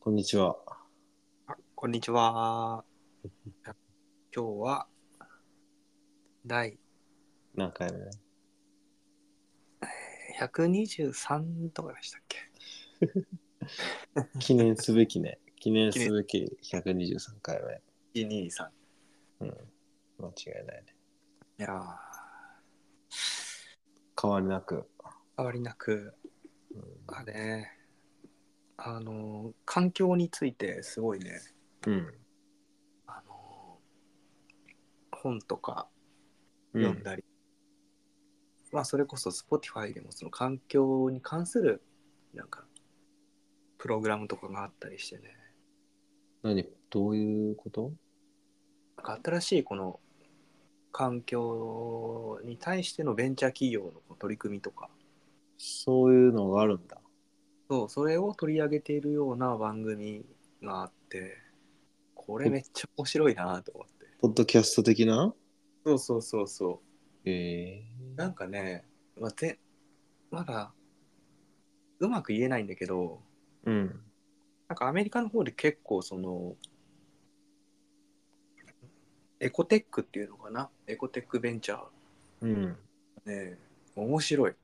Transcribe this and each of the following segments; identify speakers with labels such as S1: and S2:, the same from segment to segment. S1: こんにちは。
S2: あこんにちは。今日は、第
S1: 何回 目
S2: 123とかでしたっけ
S1: 記念すべきね。記念すべき123回
S2: ?123。い
S1: 目。うん。間違いないね。
S2: やー、
S1: 変わりなく。
S2: 変わりなく、
S1: うん
S2: あれ、あの、環境についてすごいね、
S1: うん。
S2: あの、本とか
S1: うん
S2: 読んだり、まあ、それこそ Spotify でもその環境に関する、なんか、プログラムとかがあったりしてね、
S1: 何どういうこと
S2: なんか新しいこの環境に対してのベンチャー企業のこう取り組みとか
S1: そういうのがあるんだ。
S2: そうそれを取り上げているような番組があってこれめっちゃ面白いなと思って
S1: ポッドキャスト的な
S2: そうそうそうそ
S1: え
S2: う
S1: え
S2: なんかね、まあ、ぜまだうまく言えないんだけど
S1: うん。
S2: なんかアメリカの方で結構そのエコテックっていうのかなエコテックベンチャ
S1: うん。
S2: ーね面白い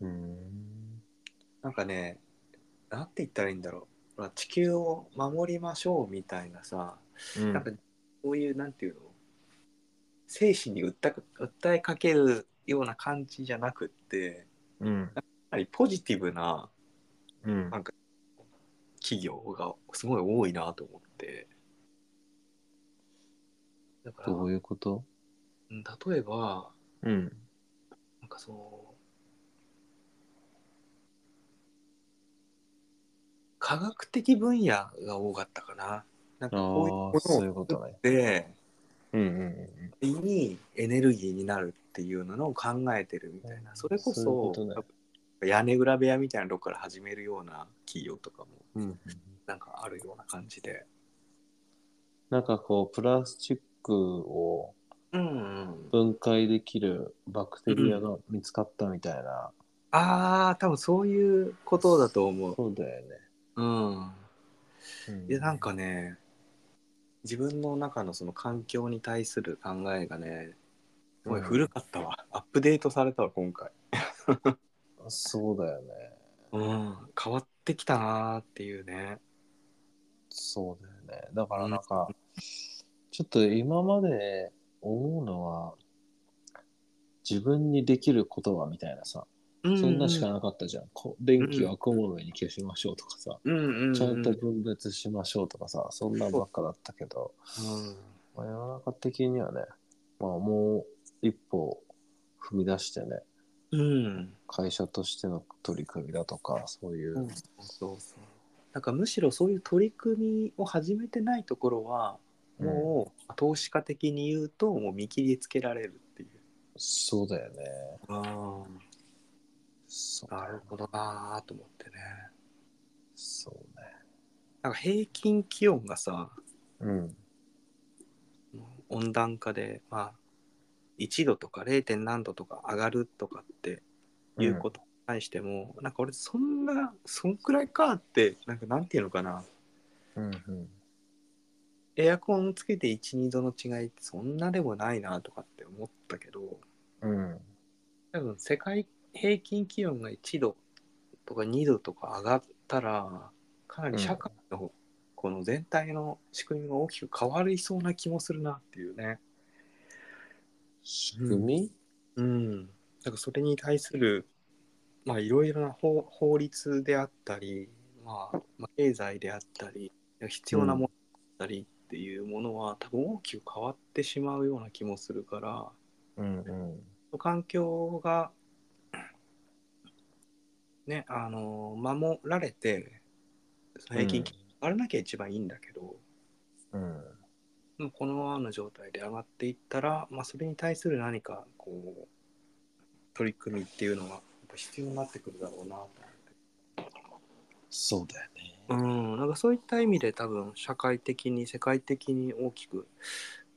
S1: うん。
S2: なんかね、なんて言ったらいいんだろう。ほら地球を守りましょうみたいなさ、
S1: うん
S2: なんかそういう、なんていうの、精神に訴え訴えかけるような感じじゃなくって、
S1: うん。
S2: やはりポジティブな
S1: うん
S2: なんか企業がすごい多いなと思って。だから、
S1: ど
S2: う
S1: うんいうこと
S2: 例えば、
S1: うん。
S2: なんかそう、科学的分野が多かったかな。なんか
S1: ああ
S2: こういうも、
S1: そうい
S2: の
S1: う
S2: を
S1: ことね。
S2: で、
S1: うんうんうん
S2: いにエネルギーになるっていうのを考えてるみたいな。それ
S1: そう
S2: こ
S1: いう
S2: そ、
S1: ことね
S2: 屋根裏部屋みたいなとこから始めるような企業とかも
S1: うん。うん。
S2: なんかあるような感じで。
S1: なんかこう、プラスチックを
S2: うん、うん。
S1: 分解できるバクテリアが見つかったみたいな。
S2: ああ、多分そういうことだと思う。
S1: そうだよね。
S2: うん。
S1: うん
S2: いやなんかね自分の中のその環境に対する考えがねすごい古かったわ、アップデートされたわ今回、
S1: そうだよね。
S2: うん、変わってきたなーっていうね
S1: そうだよね。だからなんか、ちょっと今まで思うのは、自分にできることはみたいなさ、
S2: そ
S1: そんなしかなかったじゃん。こ電気を悪魔の上に消しましょうとかさ、
S2: うんうんうん
S1: ちゃんと分別しましょうとかさ、そんなんばっかだったけど、
S2: うん
S1: まあ、世の中的にはね、まあもう一歩踏み出してね、
S2: うん、
S1: 会社としての取り組みだとか、そういううん
S2: そうそうなんかむしろそういう取り組みを始めてないところはもう投資家的に言うともう見切りつけられるっていう
S1: そうだよね。
S2: あ
S1: そう
S2: なるほどなーと思ってね
S1: そうね。
S2: なんか平均気温がさ
S1: うん。
S2: 温暖化で、まあ、1度とか 0. 何度とか上がるとかっていうことに対しても、なんか俺そんなそんくらいかってなんかなんていうのかな
S1: うんうん
S2: エアコンつけて12度の違いってそんなでもないなとかって思ったけど
S1: うん
S2: 多分世界平均気温が1度とか2度とか上がったらかなり社会の、この全体の仕組みが大きく変わりそうな気もするなっていうね。
S1: 仕組み、
S2: うん、だからそれに対する、まあ、いろいろな法法律であったり、まあ、まあ経済であったり必要なものだったりっていうものは、多分大きく変わってしまうような気もするから
S1: うん、うん
S2: 環境が、ね、あの守られてその平均気温が上がらなきゃ一番いいんだけど、
S1: うん
S2: もうこのままの状態で上がっていったら、まあ、それに対する何かこう取り組みっていうのがやっぱ必要になってくるだろうなと
S1: そうだよね。
S2: 思って、うん、なんかそういった意味で多分社会的に世界的に大きく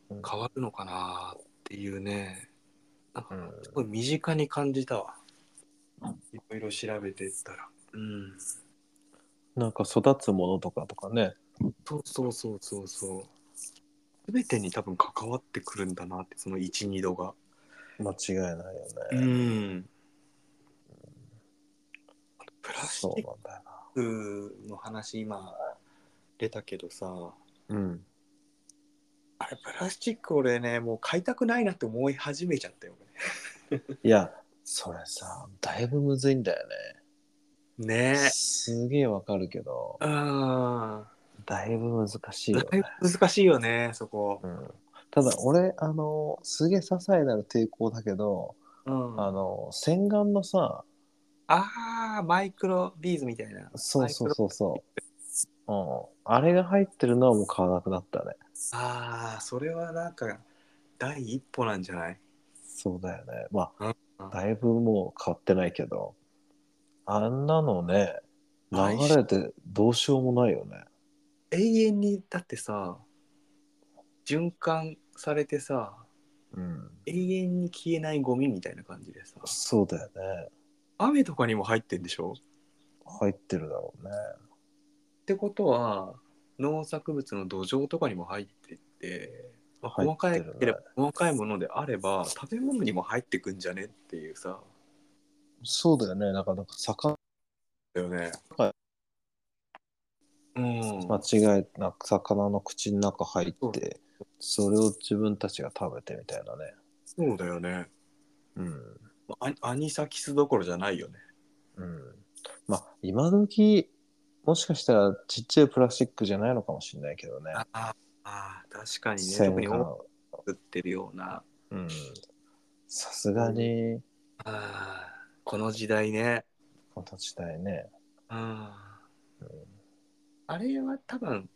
S1: うん
S2: 変わるのかなっていうねなんか
S1: うん
S2: すごい身近に感じたわいろいろ調べてったらうん
S1: なんか育つものとかとかね。
S2: そうそうそうそうそう。全てに多分関わってくるんだなって、その1、2度が。
S1: 間違いないよね。
S2: ん。プラスチ
S1: そう
S2: ッ
S1: なんだよ
S2: クの話今出たけどさ、
S1: な。うん。
S2: あれプラスチック俺ね、もう買いたくないなって思い始めちゃったよ
S1: いや、それさ、だいぶむずいんだよ
S2: ね。ね
S1: ね。すげえわかるけど、
S2: うん。
S1: だいぶ難しいよ
S2: だい
S1: ね。
S2: ぶ難しいよね、そこ。
S1: うん、ただ俺、あの、すげえ些細なる抵抗だけど、
S2: うん、
S1: あ
S2: あ
S1: の、洗顔のさ、
S2: あー、マイクロビーズみたいな。
S1: そうそうそうそう。うん、あれが入ってるのはもう買わなくなったね。
S2: ああ、それはなんか第一歩なんじゃない
S1: そうだよね。ま
S2: うん
S1: あ、だいぶもう買ってないけど、あんなのね、
S2: はい
S1: 流れてどうしようもないよね。
S2: 永遠にだってさ循環されてさ
S1: うん。
S2: 永遠に消えないゴミみたいな感じでさ
S1: そうだよね。
S2: 雨とかにも入ってんでしょっ
S1: 入ってるだろうね。
S2: てことは農作物の土壌とかにも入ってって、まあ、
S1: 入っ
S2: 細
S1: て
S2: か
S1: るね
S2: いければ細かいものであれば食べ物にも入ってくんじゃねっていうさ
S1: そうだよね。なかなか魚
S2: だよね
S1: はい
S2: うん、
S1: 間違いなく魚の口の中入って、それを自分たちが食べてみたいなね。
S2: そうだよね
S1: うん。
S2: あアニサキスどころじゃないよね
S1: うん。まあ、今時、もしかしたらちっちゃいプラスチックじゃないのかもしれないけどね。
S2: ああ確かにね
S1: 洗
S2: 特に多
S1: 顔
S2: く売ってるような
S1: うん。さすがに、
S2: ああこの時代ね。
S1: この時代ね。
S2: あ
S1: うん
S2: あれは多分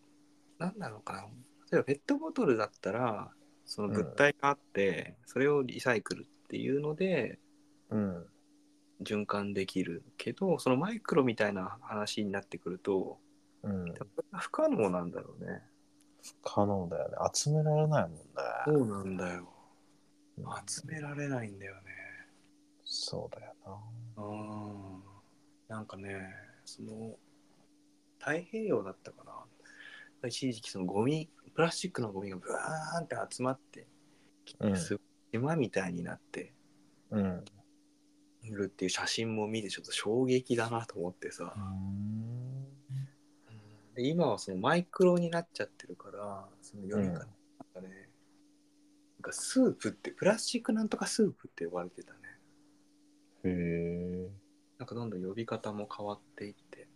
S2: 何なのかな例えばペットボトルだったらその物体があって、それをリサイクルっていうので
S1: うん。
S2: 循環できるけどそのマイクロみたいな話になってくると
S1: うん。
S2: 多分これが不可能なんだろうね。
S1: 可能だよね。集められないもんね。
S2: そうなんだよ。
S1: うん
S2: 集められないんだよね。
S1: そうだよな。
S2: うんなんかねその太平洋だったかな一時期そのゴミプラスチックのゴミがブワーンって集まって、
S1: うん
S2: すごい島みたいになって
S1: うん。
S2: るっていう写真も見てちょっと衝撃だなと思ってさ、で今はそのマイクロになっちゃってるからその読み方なんかね、なんかスープってプラスチックなんとかスープって呼ばれてたね
S1: へえ。
S2: なんかどんどん呼び方も変わっていって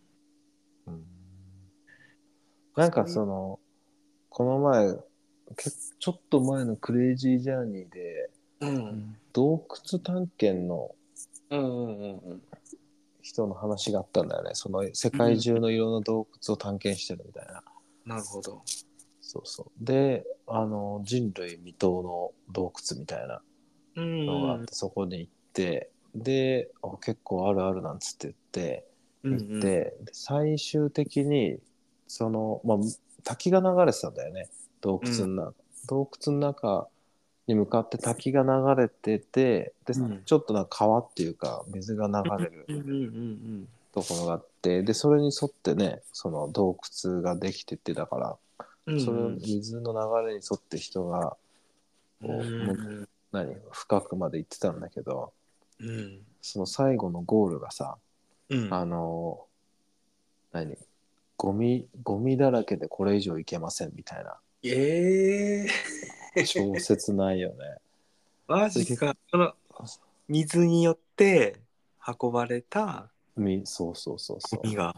S1: うんなんかその、この前、けちょっと前のクレイジージャーニーで、
S2: うん
S1: 洞窟探検の
S2: うんうんうんうん
S1: 人の話があったんだよね。その世界中のいろんな洞窟を探検してるみたいな。
S2: なるほど。
S1: そうそう。で、あの、人類未踏の洞窟みたいな
S2: う
S1: のがあって
S2: ん、
S1: そこに行って、で、あ結構あるあるなんつって
S2: う
S1: 言
S2: ん
S1: って、行って、で最終的に、その、まあ、滝が流れてたんだよね。洞窟の中、洞窟の中に向かって滝が流れてて、で、
S2: うん
S1: ちょっとなんか川っていうか、水が流れる
S2: うんうんうん
S1: ところがあって、で、それに沿ってね、その洞窟ができてって、だから、
S2: うんうん。
S1: それを水の流れに沿って人が
S2: うん
S1: こう何深くまで行ってたんだけど
S2: うん
S1: その最後のゴールがさ、
S2: うん。
S1: あの何ゴミゴミだらけでこれ以上いけませんみたいな
S2: ええ
S1: 小説ないよね。
S2: マジか。その水によって運ばれた
S1: みそうそうそうそ
S2: ゴミが。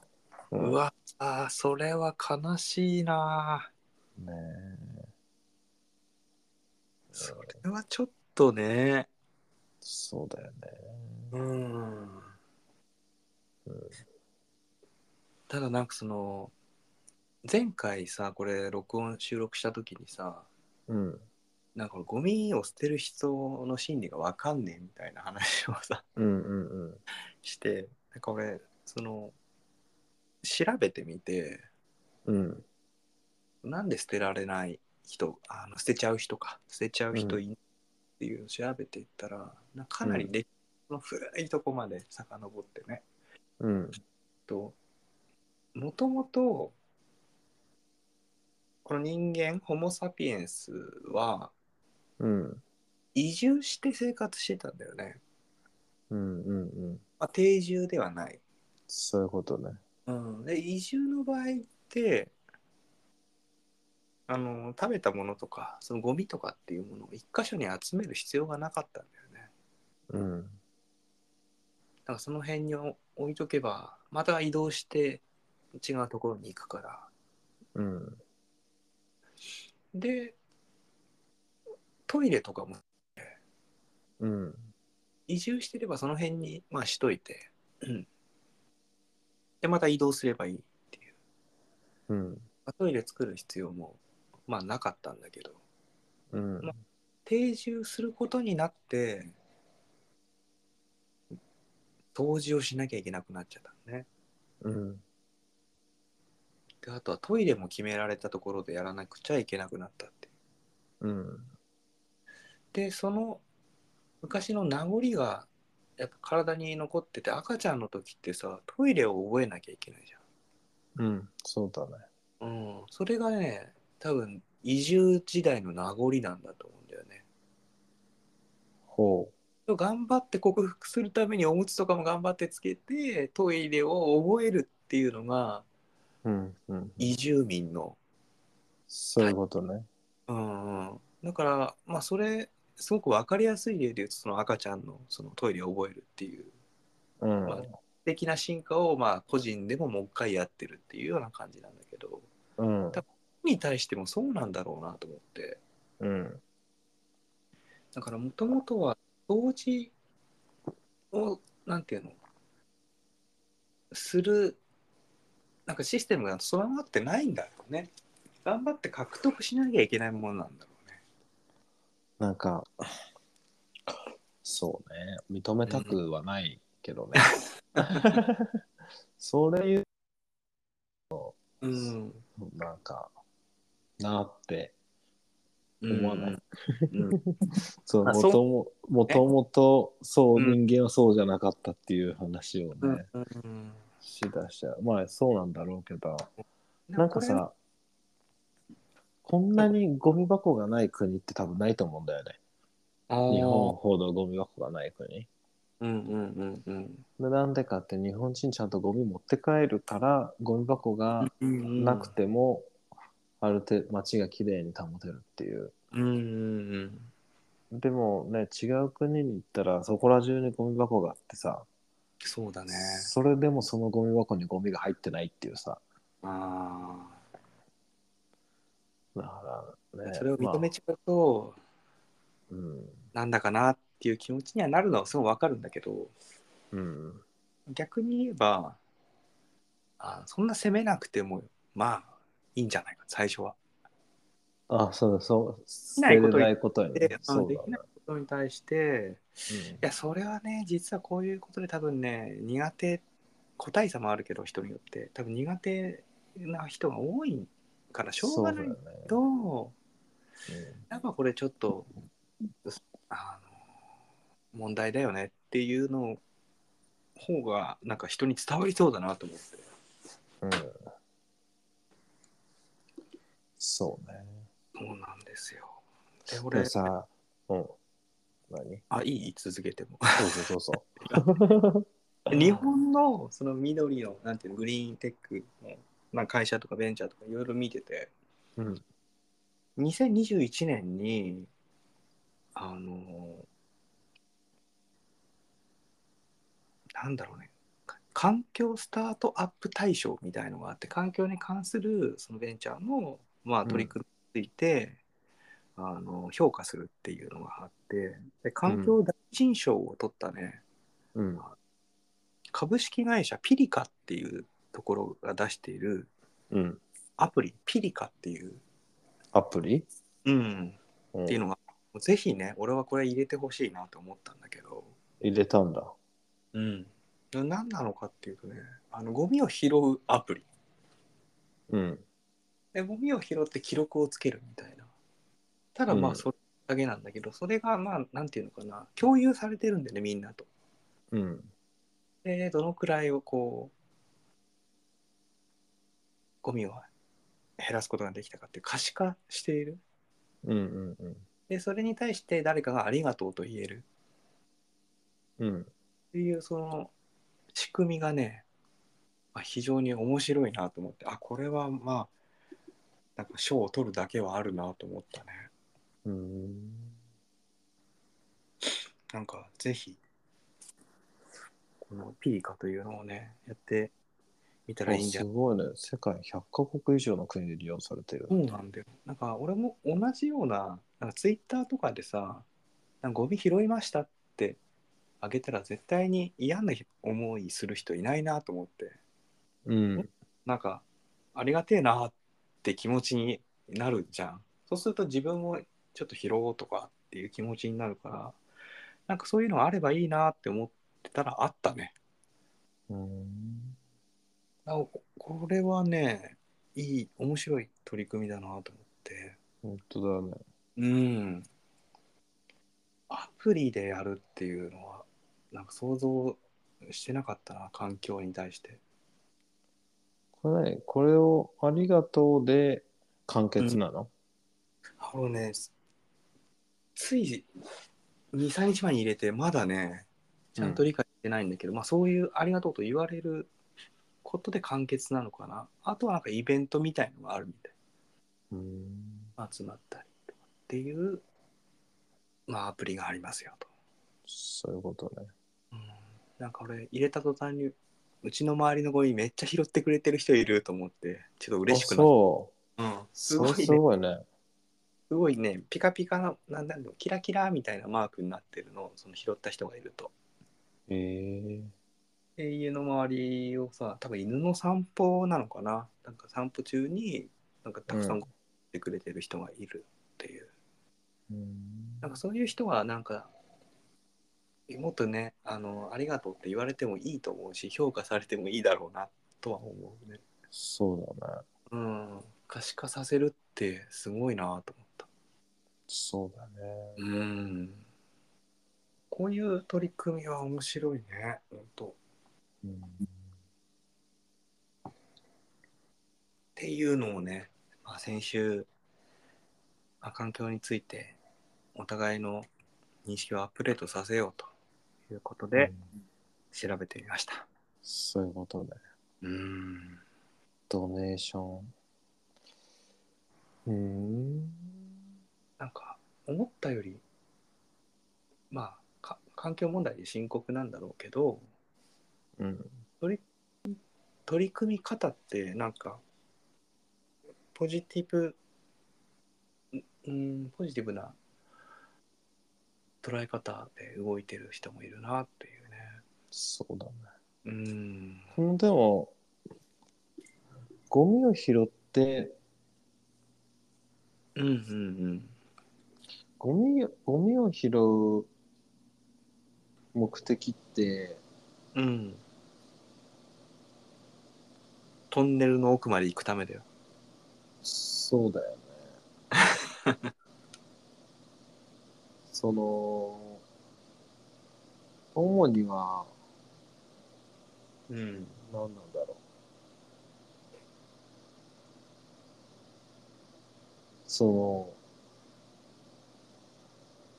S1: う。
S2: う
S1: うん
S2: わあー、それは悲しいな。
S1: ねえ
S2: それはちょっとね。
S1: そうだよね。
S2: うん。ただなんかその前回さこれ録音収録した時にさ、
S1: うん
S2: なんかこのゴミを捨てる人の心理がわかんねえみたいな話をさ
S1: うんうんうん
S2: してなんか俺その調べてみて
S1: うん
S2: なんで捨てられない人あの捨てちゃう人か捨てちゃう人いないっていうのを調べていったら、なんかかなりで、その古いとこまで遡ってね
S1: うん
S2: ともともとこの人間ホモ・サピエンスは
S1: うん
S2: 移住して生活してたんだよね、
S1: うんうんうん
S2: まあ、定住ではない、
S1: そういうことね
S2: うん、で移住の場合ってあの食べたものとかそのゴミとかっていうものを一箇所に集める必要がなかったんだよね
S1: うん
S2: だからその辺に置いとけばまた移動して違うところに行くから
S1: うん
S2: でトイレとかも
S1: うん
S2: 移住してればその辺にまあしといて、うんでまた移動すればいいっていう、
S1: うん
S2: まあトイレ作る必要もまあなかったんだけど
S1: うん
S2: 定住することになって掃除をしなきゃいけなくなっちゃったのね
S1: うん
S2: であとはトイレも決められたところでやらなくちゃいけなくなったって
S1: うん
S2: でその昔の名残がやっぱ体に残ってて赤ちゃんの時ってさトイレを覚えなきゃいけないじ
S1: うんそうだね
S2: ゃん、うん、それがね多分移住時代の名残なんだと思うんだよね
S1: ほ
S2: 頑張って克服するためにおむつとかも頑張ってつけてトイレを覚えるっていうのが
S1: ううんうん
S2: 移住民の
S1: そういうことね
S2: うんうんだからまあそれすごく分かりやすい例で言うとその赤ちゃんのそのトイレを覚えるっていう
S1: うん
S2: まあ的な進化をまあ個人でももう一回やってるっていうような感じなんだけど
S1: うん
S2: に対してもそうなんだろうなと思って
S1: うん
S2: だからもともとは掃除をなんていうのするなんかシステムが備わってないんだろうね頑張って獲得しなきゃいけないものなんだろうね
S1: なんかそうね認めたくはないけどね、 それ言う
S2: うん
S1: なんかなって
S2: 思
S1: 思
S2: わ
S1: わ
S2: な
S1: ないい、そう
S2: あ
S1: も
S2: そう
S1: とももともとそう
S2: うん
S1: 人間はそうじゃなかったっていう話をね、
S2: うん
S1: しだしちゃうまあそうなんだろうけど
S2: な
S1: なんかさこんなにゴミ箱がない国って多分ないと思うんだよね日
S2: 日
S1: 本ほどゴミ箱がない国
S2: うんうんうんうん
S1: でなんでかって日本人ちゃんとゴミ持って帰るからゴミ箱が
S2: うん
S1: なくても、ある程度街がきれいに保てるっていう
S2: うんうんうん
S1: でもね違う国に行ったらそこら中にゴミ箱があってさ、
S2: そうだね
S1: それでもそのゴミ箱にゴミが入ってないっていうさ
S2: あ
S1: だから
S2: あ
S1: ね
S2: それを認めちゃうと、
S1: まあうん
S2: なんだかなっていう気持ちにはなるのはすごいわかるんだけど
S1: うん
S2: 逆に言えばあそんな責めなくてもまあいいんじゃないか最初は。
S1: あそうそう捨
S2: な
S1: て
S2: いこ
S1: れ
S2: と
S1: ないことに
S2: で
S1: ね
S2: あの
S1: そう
S2: で
S1: だ
S2: き
S1: ね
S2: ないことに対していやそれはね実はこういうことで多分ね苦手個体差もあるけど人によって多分苦手な人が多いからしょうがない
S1: そうだよね
S2: とやっぱこれちょっとあの問題だよねっていうの方がなんか人に伝わりそうだなと思って。
S1: うんうんそうね
S2: そうなんですよ。で
S1: で
S2: 俺
S1: もさうん何
S2: あいい続けても。
S1: そうそうそうそう
S2: 日本のその緑のなんていうのグリーンテックの、まあ、会社とかベンチャーとかいろいろ見てて
S1: うん
S2: 2021年にあのなんだろうねか環境スタートアップ大賞みたいのがあって環境に関するそのベンチャーの、まあ、
S1: うん
S2: 取り組みについて、あの評価するっていうのがあってで環境大臣賞を取ったね、
S1: うん
S2: 株式会社ピリカっていうところが出している
S1: うん
S2: アプリピリカっていう、
S1: アプリ
S2: うん、
S1: うん
S2: っていうのがぜひね俺はこれ入れてほしいなと思ったんだけど、
S1: 入れたんだ
S2: うん、何なのかっていうとねあのゴミを拾うアプリ
S1: うん
S2: でゴミを拾って記録をつけるみたいなただま
S1: う
S2: あ
S1: ん
S2: それだけなんだけど、それがまあなんていうのかな共有されてるんでねみんなと。
S1: うん
S2: でどのくらいをこゴミを減らすことができたかって可視化している
S1: うんうんうん
S2: でそれに対して誰かがありがとうと言える
S1: うん
S2: っていうその仕組みがね、まあ、非常に面白いなと思ってあこれはまあなんか賞を取るだけはあるなと思ったね
S1: うん
S2: なんかぜひこのピーカというのをねやってみたらいいんじゃ
S1: す
S2: ない
S1: ごいね世界100カ国以上の国で利用されてる、
S2: そうなんだよなんか俺も同じようななんかツイッターとかでさなんかゴミ拾いましたってあげたら絶対に嫌な思いする人いないなと思って
S1: うん
S2: なんかありがてえなって気持ちになるじゃんそうすると自分もちょっと拾おうとかっていう気持ちになるからなんかそういうのがあればいいなって思ってたらあったね
S1: うん
S2: あここれはねいい面白い取り組みだなと思って
S1: 本当だね
S2: うんアプリでやるっていうのはなんか想像してなかったな環境に対して
S1: これ何これをありがとうで完結なの、
S2: あのね、つい2、3日前に入れて、まだね、ちゃんと理解してないんだけど、まあそういうありがとうと言われることで完結なのかな。あとはなんかイベントみたいのがあるみたい。
S1: うん
S2: 集まったりとかっていう、まあアプリがありますよと。
S1: そういうことね
S2: うん、なんか俺、入れた途端に、うちの周りのゴミめっちゃ拾ってくれてる人いると思って、ちょっと嬉しく
S1: あ
S2: なっ
S1: そう
S2: た。うん、す
S1: そ
S2: ご
S1: れ
S2: いね
S1: すごいね
S2: すごいね、ピカピカな、なんだろう、キラキラみたいなマークになってるのを、その拾った人がいると。
S1: へえ
S2: で家の周りをさ、多分犬の散歩なのかな。なんか散歩中に、なんかたくさ
S1: うん
S2: ん来てくれてる人がいるっていう。
S1: うん
S2: なんかそういう人は、なんか、もっとね、あの、ありがとうって言われてもいいと思うし、評価されてもいいだろうな、とは思うね。
S1: そうだね
S2: うん。可視化させるって、すごいなと思った。
S1: そうだね
S2: うんこういう取り組みは面白いね。本当っ
S1: うん
S2: ていうのをね、まあ、先週、まあ、環境についてお互いの認識をアップデートさせようということ
S1: う
S2: で
S1: ん
S2: 調べてみました。
S1: そういうことね
S2: うん。
S1: ドネーションうん
S2: なんか思ったよりまあか環境問題で深刻なんだろうけど
S1: うん
S2: 取り組み方ってなんかポジティブううんポジティブな捉え方で動いてる人もいるなっていうね
S1: そうだね
S2: うん
S1: このでもゴミを拾って
S2: うんうん
S1: ゴミゴミを拾う目的って
S2: うんうんトンネルの奥まで行くためだよ
S1: そうだよね その主には
S2: うん
S1: 何なんだろうその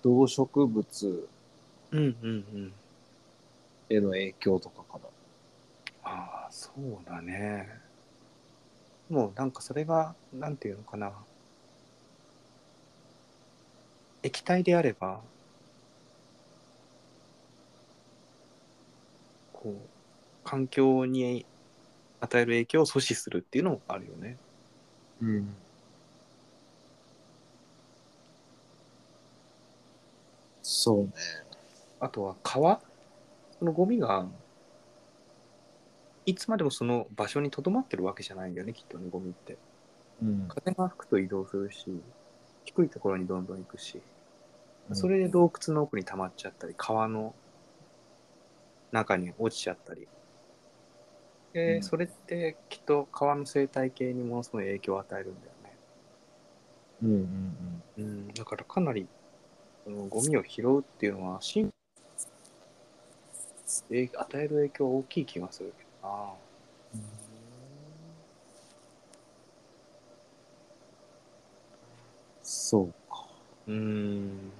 S1: 動植物
S2: うんうんうん
S1: への影響とかかな
S2: ああそうだねもうなんかそれがなんていうのかな液体であればこう環境に与える影響を阻止するっていうのもあるよね
S1: うんそうね
S2: あとは川そのゴミがいつまでもその場所にとどまってるわけじゃないんだよねきっとねゴミって
S1: うん
S2: 風が吹くと移動するし低いところにどんどん行くしそれで洞窟の奥に溜まっちゃったり、川の中に落ちちゃったり。で、
S1: うん
S2: それってきっと川の生態系にものすごい影響を与えるんだよね。
S1: うんうん
S2: うん、だからかなり、このゴミを拾うっていうのは、神え与える影響は大きい気がするけどな。
S1: うんそう
S2: うーん。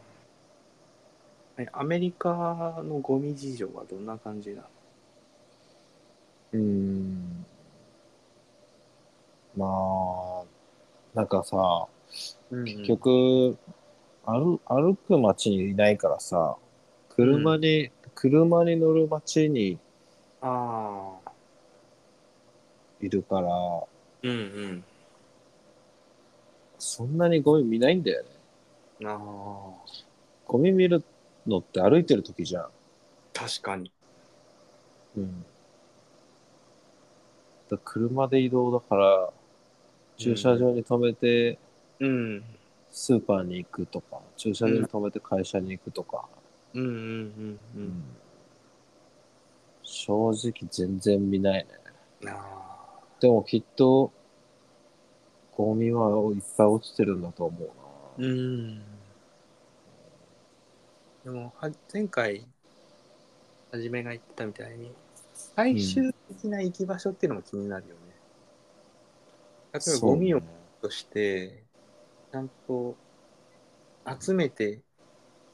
S2: えアメリカのゴミ事情はどんな感じなの
S1: うーんまあなんかさ結局、歩歩く街にいないからさ車に、車に乗る街に
S2: ああ。
S1: いるから
S2: うん
S1: そんなにゴミ見ないんだよね
S2: うん。ああ。
S1: ゴミ見るのって歩いてる時じゃん、
S2: 確かに。
S1: うん、だ車で移動だから駐車場に止めて
S2: うん。
S1: スーパーに行くとか、駐車場に止めて会社に行くとか、
S2: うんうん
S1: う
S2: う
S1: んん正直全然見ないね
S2: うん。ああ。
S1: でもきっとゴミはいっぱい落ちてるんだと思うな
S2: うん。でも、は前回、はじめが言ってたみたいに、最終的な行き場所っていうのも気になるよね。例えば、ゴミを
S1: そうね
S2: として、ちゃんと集めて、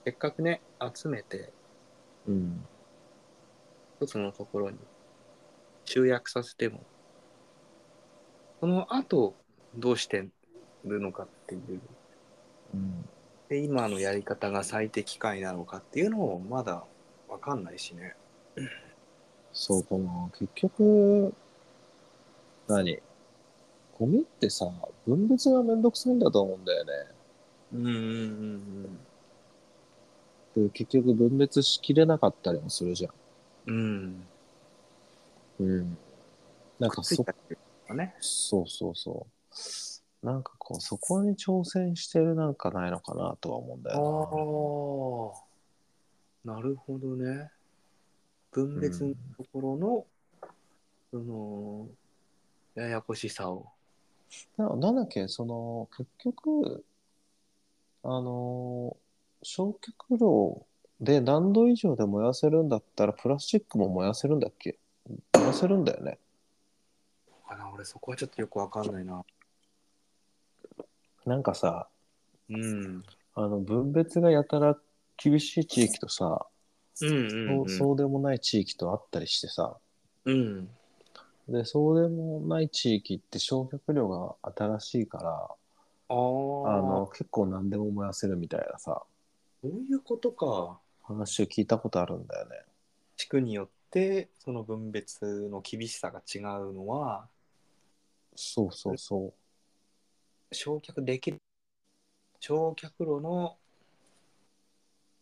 S2: せっかくね、集めて、
S1: うん
S2: 一つのところに集約させても、その後、どうしてるのかっていう、
S1: うん
S2: で、今のやり方が最適解なのかっていうのもまだわかんないしね。
S1: そうかな結局何ゴミってさ分別がめんどくさいんだと思うんだよね
S2: うんうんうん
S1: で結局分別しきれなかったりもするじゃん
S2: うん。うん。
S1: うんなんか
S2: つい
S1: そ
S2: たっていうかね。
S1: そうそうそう。なんかこう、そこに挑戦してるなんかないのかなとは思うんだ
S2: ああ
S1: よ
S2: ー。なるほどね。分別のところの、その、ややこしさを。
S1: な。ななんだっけ、その、結局、あのー、焼却炉で何度以上で燃やせるんだったら、プラスチックも燃やせるんだっけ燃やせるんだよね。
S2: あな俺そこはちょっとよくわかんないな。
S1: なんかさ、
S2: うん。
S1: あの、分別がやたら厳しい地域とさ、
S2: うんうん、。
S1: そううんそうでもない地域とあったりしてさ、
S2: うん。
S1: で、そうでもない地域って焼却量が新しいから、
S2: ああ。
S1: あの、結構何でも燃やせるみたいなさ、
S2: そういうことか。
S1: 話を聞いたことあるんだよね。
S2: 地区によってその分別の厳しさが違うのは
S1: そうそうそ
S2: 焼却できる焼却炉の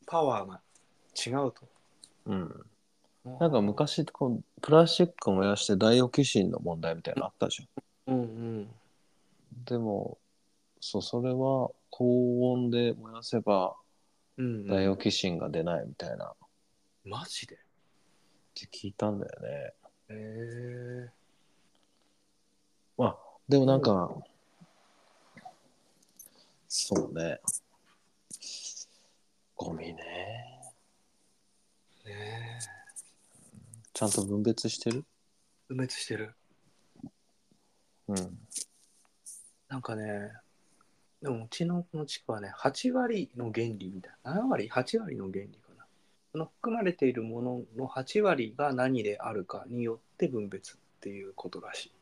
S2: パワーが違うと。
S1: う。うん。なんか昔こう、プラスチック燃やしてダイオキシンの問題みたいなのあったじゃん。
S2: うんうん
S1: でも、そう、それは高温で燃やせば
S2: うん
S1: ダイオキシンが出ないみたいなっ
S2: マジで
S1: て聞いたんだよね。
S2: へえ
S1: まあ、でもなんか、そうね。ゴミね。
S2: ねえ
S1: ちゃんと分別してる
S2: 分別してる
S1: うん。
S2: なんかねでもうちのこの地区はね8割の原理みたいな7割8割の原理かなその含まれているものの8割が何であるかによって分別っていうことらしい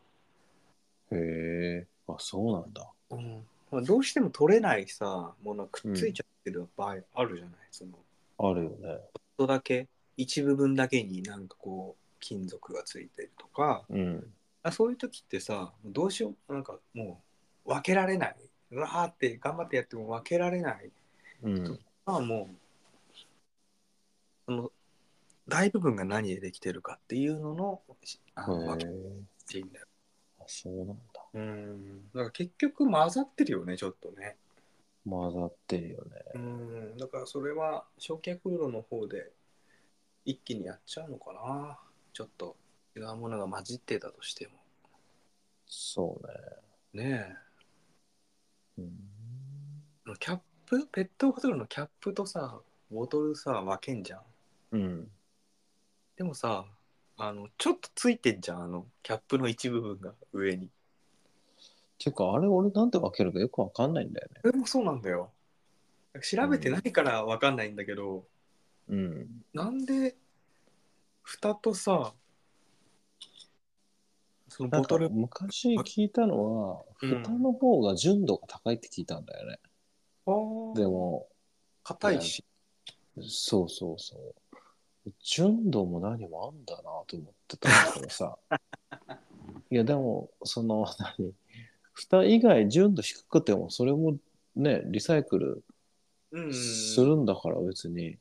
S1: へえ、あ、そうなんだ。
S2: うんまあ、どうしても取れないさものがくっついちゃってる場合あるじゃない、そのちょ
S1: あるよね。
S2: っとだけ一部分だけになんかこう金属がついてるとか
S1: うん。
S2: あそういう時ってさどうしようなんかもう分けられないうわーって頑張ってやっても分けられない
S1: うん。
S2: まあもうその大部分が何でできてるかっていうののしあの分けていいんだよ、
S1: あ、そうなんだ。
S2: うん、だから結局混ざってるよねちょっとね
S1: 混ざってるよね。
S2: うん、だからそれは焼却炉の方で一気にやっちゃうのかな。ちょっと違うものが混じってたとしても。
S1: そうね。
S2: ね
S1: うん、
S2: え。キャップペットボトルのキャップとさ、ボトルさ、分けんじゃん。
S1: うん。
S2: でもさ、あの、ちょっとついてんじゃん、あの、キャップの一部分が上に。
S1: ていうかあれ俺なんで分けるかよく分かんないんだよね
S2: それもそうなんだよ。調べてないからわかんないんだけど、
S1: うん
S2: なんで、蓋とさ、その
S1: なん
S2: ボ
S1: か
S2: トル、
S1: 昔聞いたのは
S2: うん
S1: 蓋の方が純度が高いって聞いたんだよね、
S2: あ
S1: で
S2: ー
S1: も
S2: 硬いし、
S1: そうそうそう。純度も何もあんだなと思ってたんだけど さ。いやでも、その、何蓋以外純度低くても、それもね、リサイクル
S2: うん
S1: するんだから別に、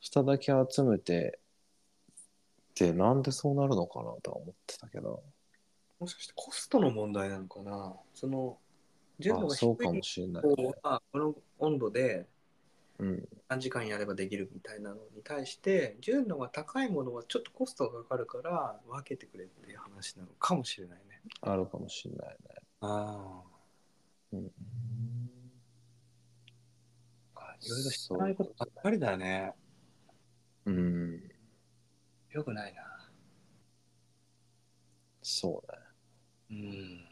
S1: 蓋だけ集めて、ってなんでそうなるのかなとは思ってたけど、
S2: もしかしてコストの問題なのかなその、純度
S1: あ
S2: が低
S1: そうか
S2: い
S1: もしれない、ね
S2: 方。は、この温度で
S1: うん。
S2: 何時間やればできるみたいなのに対して、純度が高いものはちょっとコストがかかるから、分けてくれっていう話なのかもしれないね。
S1: あるかもしれないね。
S2: あ
S1: うん、
S2: あ。いろいろ知らないことばっかりだね。
S1: うん。
S2: よくないな。
S1: そうね。
S2: うん。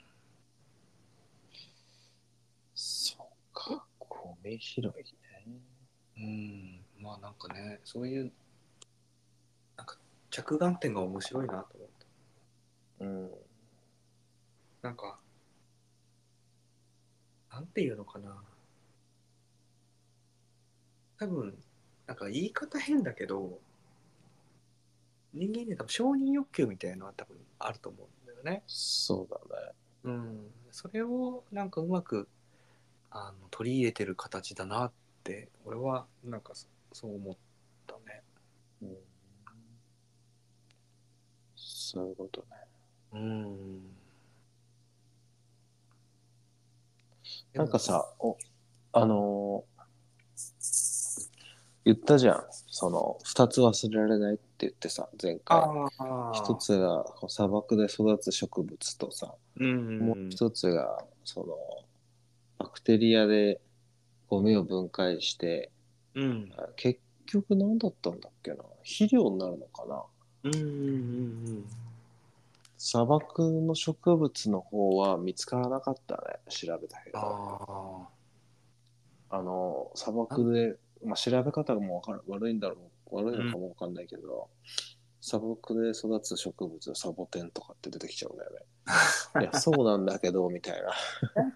S1: そうか。ゴミ拾いね。
S2: うん。まあなんかね、そういう、なんか着眼点が面白いなと思った。
S1: うん。
S2: なんか、なんていうのかな。多分、なんか言い方変だけど、人間には多分承認欲求みたいなのは多分あると思うんだよね。
S1: そうだね。
S2: うん。それをなんかうまくあの取り入れてる形だなって、俺はなんかそそう思ったね。
S1: うん、そういうことね。
S2: うん。
S1: なんか、さ、おあのー言ったじゃん。その、二つ忘れられないって言ってさ、前回。
S2: ああ、
S1: 一。つがこう砂漠で育つ植物とさ、
S2: うん。
S1: もう一つが、その、バクテリアでゴミを分解して、
S2: うん。
S1: あ結局何だったんだっけな。肥料になるのかな。
S2: うんうんうん
S1: 砂漠の植物の方は見つからなかったね調べたけどあ
S2: あ
S1: の砂漠で、まあ、調べ方がもうわかる悪いんだろう悪いのかもわかんないけど、砂漠で育つ植物サボテンとかって出てきちゃうんだよね いやそうなんだけどみたいな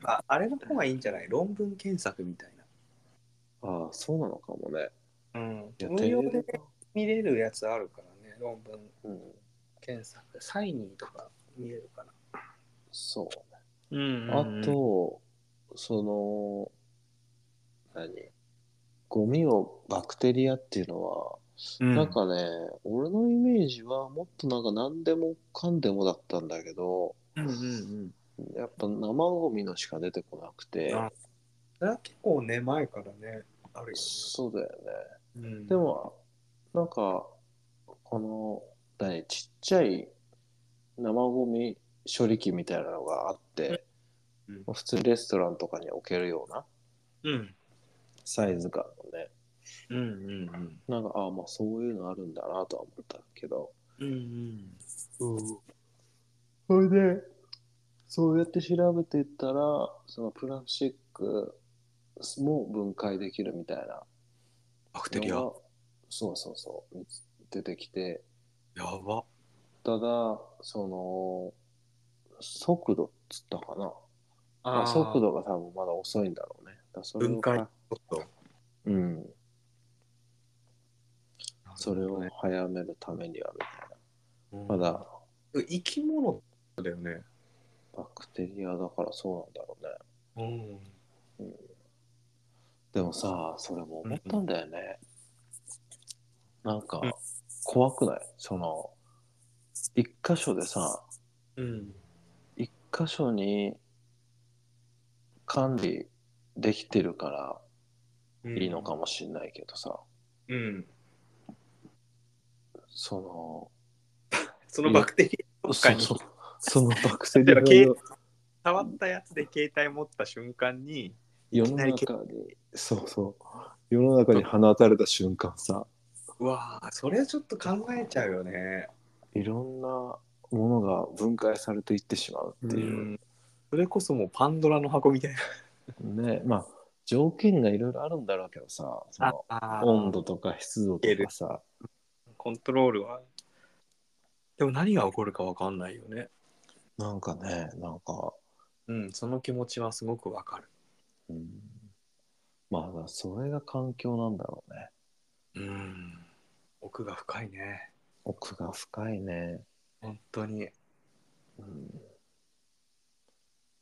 S2: ああれの方がいいんじゃない論文検索みたい
S1: ああそうなのかもね
S2: な、うん
S1: いや
S2: 無料
S1: テレ
S2: で見れるやつあるからね論文
S1: うん
S2: 検索サイニーとか見れるかな
S1: そう
S2: うん
S1: あと、その、何ゴミをバクテリアっていうのは、
S2: うん
S1: なんかね、俺のイメージはもっとなんか何でもかんでもだったんだけど、
S2: うんうんうん
S1: やっぱ生ゴミのしか出てこなくて、
S2: あそれは結構ね前からねあるよね、
S1: そうだよね。
S2: うん
S1: でも、なんか、この、何、ちっちゃい生ゴミ処理器みたいなのがあって、
S2: うん
S1: 普通にレストランとかに置けるような
S2: うん
S1: サイズ感のね、
S2: うんうん
S1: なんか、ああ、まあそういうのあるんだなとは思ったけど。
S2: うんうん
S1: それで、そうやって調べていったら、そのプラスチックも分解できるみたいな
S2: バクテリア
S1: のが、そうそうそう、見つ出てきて、
S2: やば
S1: ただ、その、速度っつったかな。まあ速度が多分まだ遅いんだろうね。だからそれを
S2: 分解
S1: かうん。それを早めるためにはみたいな。まだ
S2: 生き物だよね
S1: バクテリアだからそうなんだろうね。
S2: うん
S1: でもさ、それも思ったんだよね。なんか
S2: うん、
S1: 怖くないその、一箇所でさ、
S2: うん
S1: 一箇所に管理できてるか
S2: うん
S1: らいいのかもしんないけどさ、
S2: うん
S1: そ
S2: そのバクテリア
S1: の、
S2: と
S1: そ
S2: かに
S1: の、そのバクテリ
S2: 例え
S1: ア
S2: ば
S1: を
S2: 触ったやつで携帯持った瞬間に、
S1: 世の中に、そうそう、世の中に放たれた瞬間さ、
S2: うわぁ、それはちょっと考えちゃうよね。
S1: いろんなものが分解されていってしまうっていう。
S2: それこそもうパンドラの箱みたいな。
S1: ねまあ条件がいろいろあるんだろうけどさその
S2: あ
S1: 温度とか湿度とかさ
S2: コントロールは。でも何が起こるか分かんないよね。
S1: なんかねなんか、
S2: うん、その気持ちはすごく分かる。
S1: うん、まあそれが環境なんだろうね
S2: うん。奥が深いね。
S1: 奥が深いね、
S2: 本当に。
S1: うん、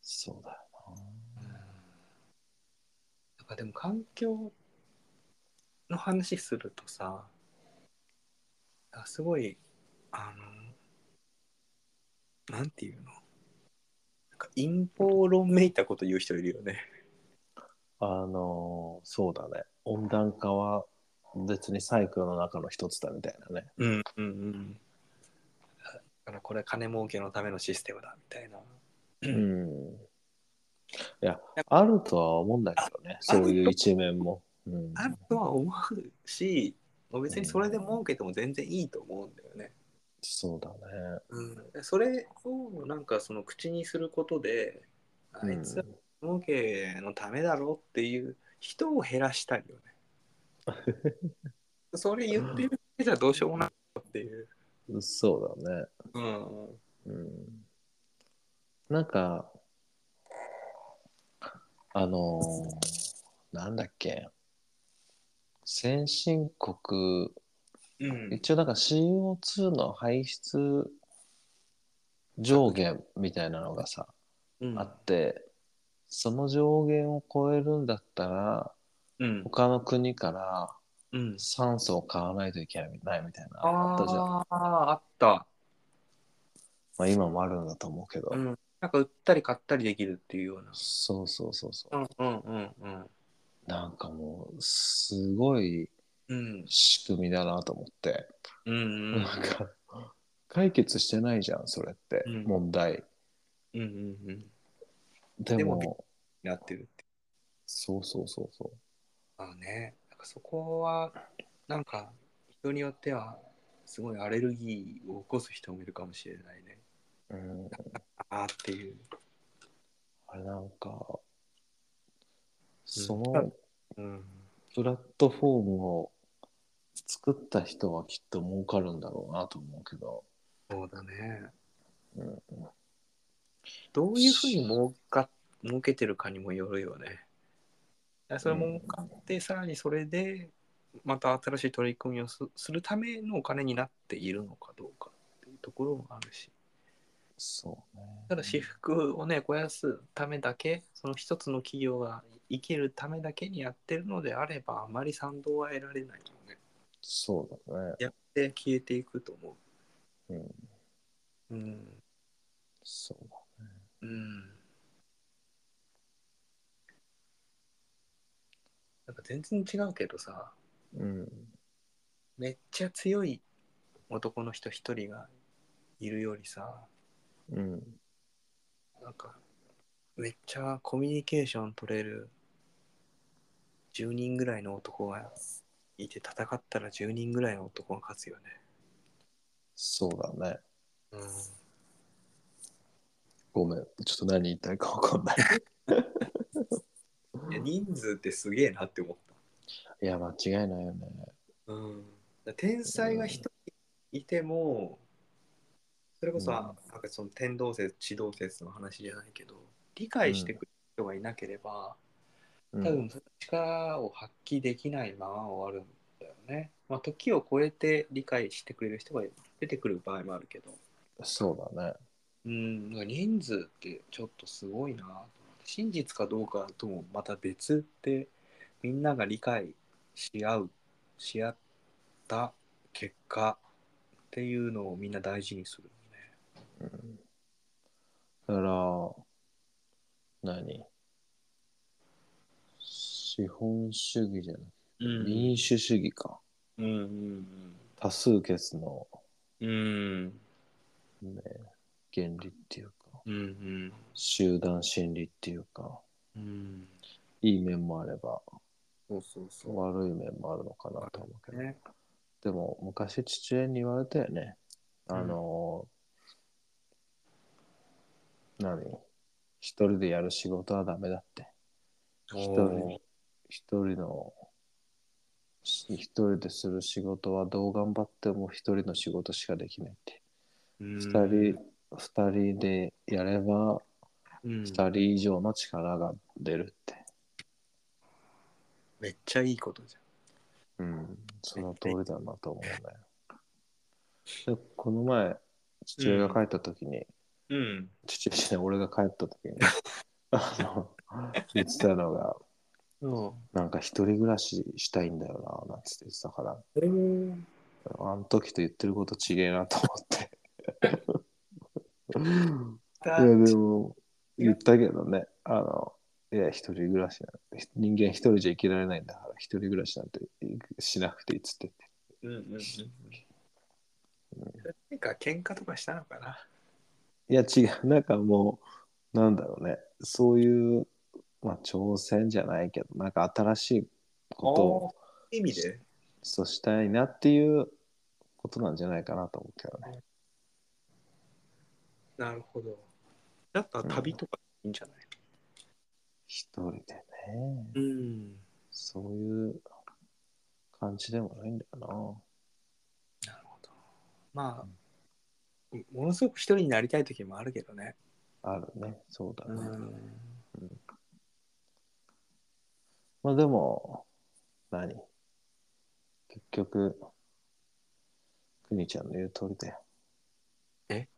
S1: そうだよ
S2: うんなんかでも環境の話するとさあすごいあのなんていうのなんか陰謀論めいたこと言う人いるよね。
S1: なあのそうだね温暖化は別にサイクルの中の一つだみたいなね
S2: うんうんうん、だからこれ金儲けのためのシステムだみたいな。
S1: うんいや、あるとは思うんだけどね、そういう一面も。うん、
S2: あるとは思うし別にそれで儲けても全然いいと思うんだよね。
S1: そうだね。
S2: うん、それをなんかその口にすることで、あいつは儲けのためだろうっていう人を減らしたいよね。 それ言ってるだけじゃどうしようもないよっていう。
S1: うん、そうだね。
S2: うん、
S1: うん、なんか、あのーなんだっけ、先進国、
S2: うん、
S1: 一応なんか CO2 の排出上限みたいなのがさ、
S2: うん
S1: あって、その上限を超えるんだったら、
S2: うん、
S1: 他の国から
S2: うん。
S1: 酸素を買わないといけないみたいな
S2: あ
S1: あったじゃん
S2: あ、あった。
S1: まあ、今もあるんだと思うけど、
S2: うん、なんか売ったり買ったりできるっていうような。
S1: そうそうそうそう、
S2: うんうんうんうん。
S1: なんかもうすごい
S2: うん
S1: 仕組みだなと思って、
S2: うんうんうん
S1: なんか解決してないじゃんそれって、
S2: うん
S1: 問題
S2: うんうん。
S1: でも
S2: でもなってる。
S1: そうそうそうそ
S2: あのね、なんかそこはなんか人によってはすごいアレルギーを起こす人もいるかもしれないね。
S1: う、うん、
S2: ああっていう。
S1: あれなんかそ
S2: あ
S1: の
S2: うん、
S1: プラットフォームを作った人はきっと儲かるんだろうなと思うけど、
S2: そうだね。
S1: うん、
S2: どういうふうに儲か儲けてるかにもよるよね。だからそれも儲かって、さらにそれでまた新しい取り組みをすするためのお金になっているのかどうかっていうところもあるし。
S1: そうね
S2: ただ私服をね肥やすためだけその一つの企業が生きるためだけにやってるのであればあまり賛同は得られないよね
S1: そうだね
S2: やって消えていくと思う
S1: うん
S2: うん
S1: そうだ
S2: うんなんか全然違うけどさ
S1: うん。
S2: めっちゃ強い男の人一人がいるよりさ
S1: うん。
S2: なんか、めっちゃコミュニケーション取れる10人ぐらいの男がいて戦ったら10人ぐらいの男が勝つよね。
S1: そうだね。
S2: うん、
S1: ごめん。ちょっと何言いたいか分かんない。
S2: いや人数ってすげえなって思っ
S1: いや、間違いないよね。
S2: た。うん、天才が一人いても、それこそ、
S1: うん
S2: なんかその天動説、地動説の話じゃないけど、理解してくれる人がいなければ、
S1: うん、
S2: 多分その力を発揮できないまま終わるんだよね。まあ、時を超えて理解してくれる人が出てくる場合もあるけど、
S1: そうだね。
S2: うん、なんか人数ってちょっとすごいなと思って真実かどうかともまた別で、みんなが理解し合う、し合った結果っていうのをみんな大事にする
S1: うん、だから、何資本主義じゃなくて、
S2: ね。
S1: 民主主義か。
S2: うん。うん。
S1: 多数決の、
S2: うん。うん。
S1: ね、原理っていうか、
S2: うん。
S1: 集団心理っていうか、
S2: うん。
S1: いい面もあれば、
S2: そうそうそ
S1: 悪い面もあるのかなと思うけ
S2: う。
S1: ど。
S2: ね。
S1: でも昔父親に言われたよね。あの、何一人でやる仕事はダメだって。一人
S2: お
S1: 一人の、し一人でする仕事はどう頑張っても一人の仕事しかできないって。
S2: ー
S1: 二人、二人でやれば、
S2: うんう
S1: 二
S2: ん
S1: 人以上の力が出るって。
S2: めっちゃいいことじ
S1: うん、その通りだなと思うんだよ。でこの前、父親が帰った時に、
S2: ゃん。うん。
S1: 父親じゃない、俺が帰った時 に、あの、言ってたのが、
S2: うん。
S1: なんか一人暮らししたいんだよな、なんつって言ってたから、
S2: それも、
S1: あの時と言ってることちげえなと思 って。いや、でも、言ったけどね、あの、いや、一人暮らしなんて人間一人じゃ生きられないんだから、一人暮らしなんてしなくていいっつってて。
S2: うんうんうんうん。なんか喧嘩とかしたのかな。
S1: いや違う、なんかもう、なんだろうね、そういう、まあ、挑戦じゃないけど、なんか新しいことを
S2: あー意味で。
S1: そうしたいなっていうことなんじゃないかなと思うけどね。
S2: なるほど。だったら旅とかいいんじゃない
S1: 一人でね、
S2: うん。
S1: そういう感じでもないんだよ
S2: なるほど。まあ、ものすごく一人になりたい時もあるけどね。
S1: な。あるね、そうだ
S2: う
S1: ね。
S2: ん。
S1: まあでも、何結局、くにちゃんの言う通りだよ。
S2: え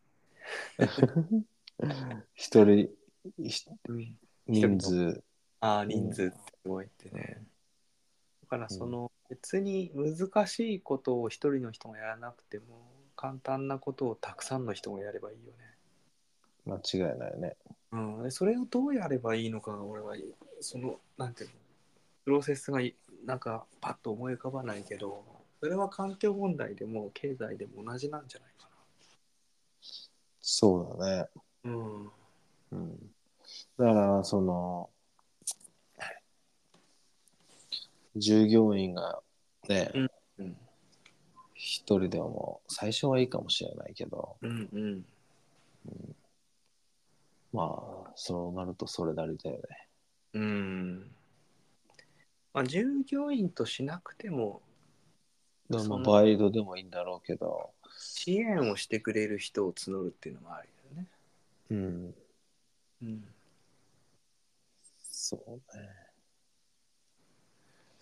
S1: 一人、ひ
S2: うん、
S1: 人数、
S2: ああ、人数ってすごいってね。だから、その、別に難しいことを一人の人がやらなくても、簡単なことをたくさんの人がやればいいよね。
S1: 間違いないね。
S2: うん、でそれをどうやればいいのかが俺はそのなんていうのプロセスがいなんかパッと思い浮かばないけどそれは環境問題でも経済でも同じなんじゃないか
S1: そうだね。
S2: な。うん、
S1: うん、だから、その、従業員がね、
S2: うんうん、
S1: 一人でも、最初はいいかもしれないけど、
S2: うん、うん。
S1: まあ、そうなるとそれなりだよね。
S2: うん。まあ、従業員としなくても
S1: だからま
S2: そ
S1: あ
S2: んな
S1: バイトでもいいんだろうけど、
S2: 支援をしてくれる人を募るっていうのもありだよね。
S1: うん、
S2: うん。
S1: そうね。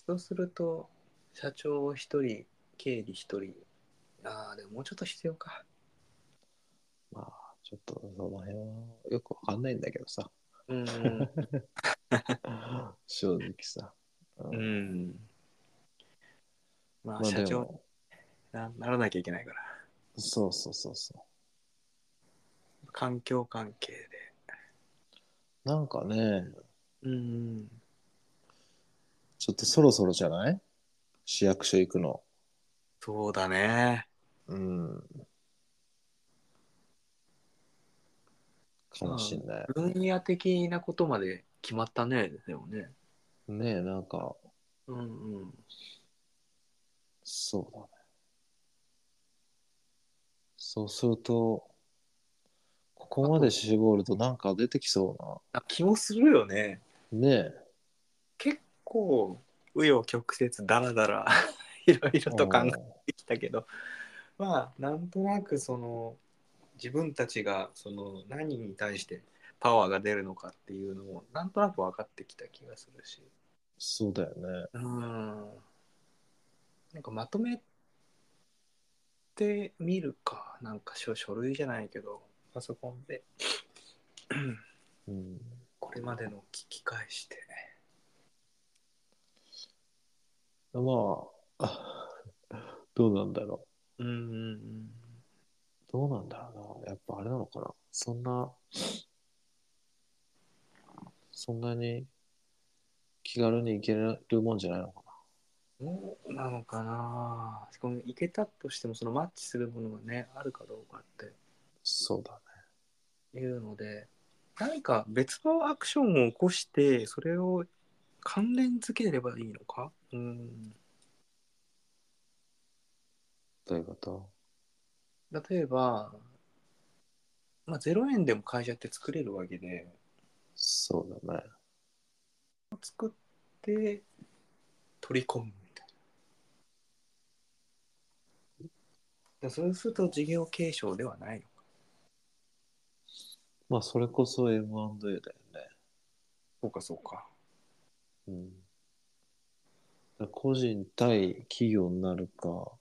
S2: そうすると社長を一人経理一人ああでももうちょっと必要か。
S1: まあ、ちょっとその辺はよくわかんないんだけどさ、
S2: うん。
S1: 正直さ。うん
S2: うん。ま
S1: ま
S2: あ、
S1: あ
S2: 社
S1: で
S2: 長
S1: も、
S2: なならなきゃいけないから。
S1: そうそうそうそう。
S2: 環境関係で。
S1: なんかね、
S2: うん。
S1: ちょっとそろそろじゃない市役所行くの。
S2: そうだね。
S1: うん。かもしんない。
S2: 分野的なことまで決まったね。でもね。
S1: ねえ、なんか、
S2: うんうん。
S1: そうだね。そうすると、ここまで絞るとなんか出てきそ
S2: あ気もするよね。
S1: うな。ね
S2: 結構、紆余曲折、だらだら、 いろい
S1: え。
S2: ろと考えてきたけど、まあ、なんとなくその、自分たちがその何に対してパワーが出るのかっていうのもなんとなく分かってきた気がするし、
S1: そうだよね。
S2: うんなんかまとめてみるか、なんか書書類じゃないけど、パソコンで
S1: うん。
S2: これまでの聞き返して。
S1: まあ、どうなんだろ
S2: うんうん
S1: う。どうなんだろうな。やっぱあれなのかな。そんな、そんなに気軽に行けるもんじゃないのか
S2: うん。どうなのかなしかもいけたとしても、そのマッチするものがね、あるかどうかっ
S1: な。そうだね。
S2: ていうので、何か別のアクションを起こして、それを関連づければいいのかうん。
S1: どういうこと
S2: 例えば、まあ、0円でも会社って作れるわけで、って取り込むみたいな。でそうすると事業継承ではないの
S1: まあ、それこそ M&A だよね。
S2: そうかそうか。
S1: うん。だから個人対企業になるか、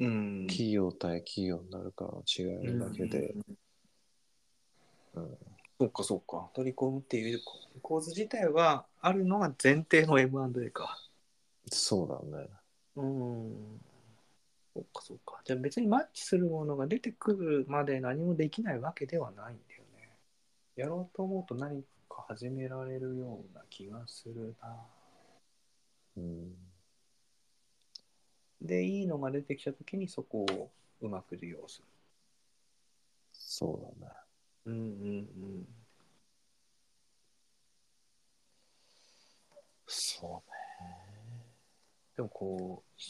S2: うん。
S1: 企業対企業になるかの違いだけで、うん
S2: そうかそうか。取り込むっていう構図自体はあるのが前提の M&A か。
S1: そうだね。
S2: うん。そうかそうか。じゃあ別にマッチするものが出てくるまで何もできないわけではないんだよね。やろうと思うと何か始められるような気がするな。
S1: うん。
S2: で、いいのが出てきたときにそこをうまく利用す
S1: そうだね。
S2: る。うんうん
S1: そうね。
S2: でもこう、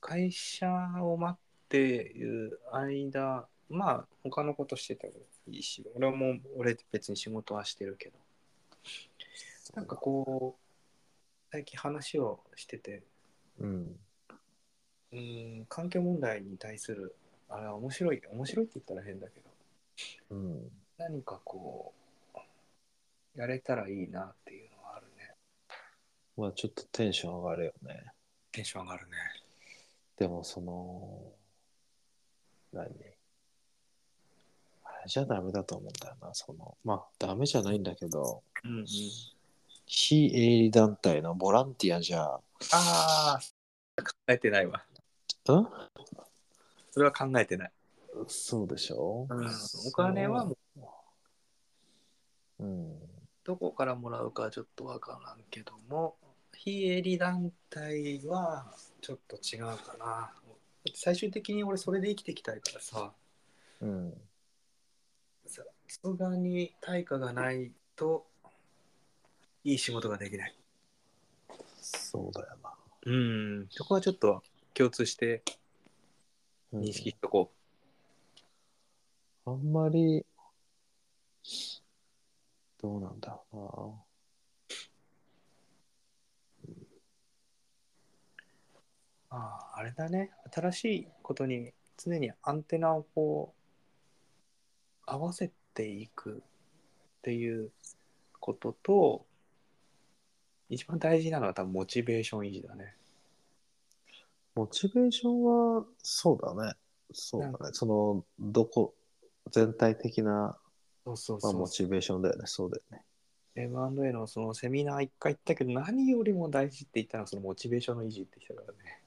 S2: 会社を待っている間、まあ他のことしてたらいいし、俺も俺別に仕事はしてるけど、なんかこう、最近話をしてて、
S1: うん。
S2: うーん、環境問題に対する、あれは面白い、面白いって言ったら変だけど、
S1: うん。
S2: 何かこう、やれたらいいなっていうのはあるね。
S1: まあ、ちょっとテンション上がるよね。
S2: テンション上がるね。
S1: でも、その、何あれじゃダメだと思うんだよな。その、まあ、ダメじゃないんだけど、
S2: うんうん。
S1: 非営利団体のボランティアじゃ、
S2: ああ、考えてないわ。
S1: うん
S2: それは考えてない。
S1: そうでしょ、う
S2: お金はもう
S1: う、うん、
S2: どこからもらうかちょっとわからんけども非営利団体はちょっと違うかな最終的に俺それで生きていきたいからさ
S1: うん、
S2: ささすがに対価がないといい仕事ができない
S1: そうだよな。
S2: うんそこはちょっと共通して
S1: うん
S2: 認識しとこ
S1: あんまり、どうなんだろ
S2: う、あああれだね新しいことに常にアンテナをこう合わせていくっていうことと一番大事なのは多分モチベーション維持だね。
S1: うな。モチベーションは、そうだね。そうだ
S2: なん
S1: ね。その、どこ、全体的な、
S2: そうそう
S1: まあ、
S2: そう。
S1: モチベーションだよね。そうだよね。
S2: M&A のそのセミナー一回行ったけど何よりも大事って言ったのはそのモチベーションの維持ってきたからね。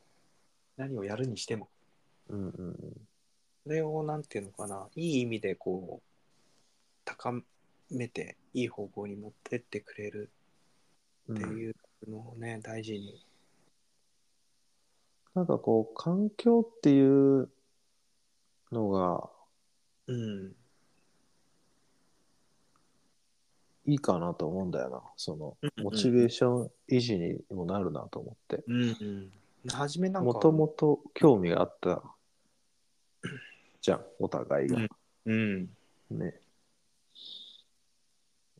S2: 何をやるにしても。
S1: うんうんうん。
S2: それをなんていうのかないい意味でこう高めていい方向に持ってってくれる
S1: うん
S2: っていうのをね、大事に。
S1: なんかこう、環境っていうのが
S2: うん。
S1: いいかなと思うんだよな。その
S2: うん、うん
S1: モチベーション維持にもなるなと思って。
S2: うん、初めなんか。
S1: もともと興味があったじゃん、お互いが。
S2: うん。
S1: ね。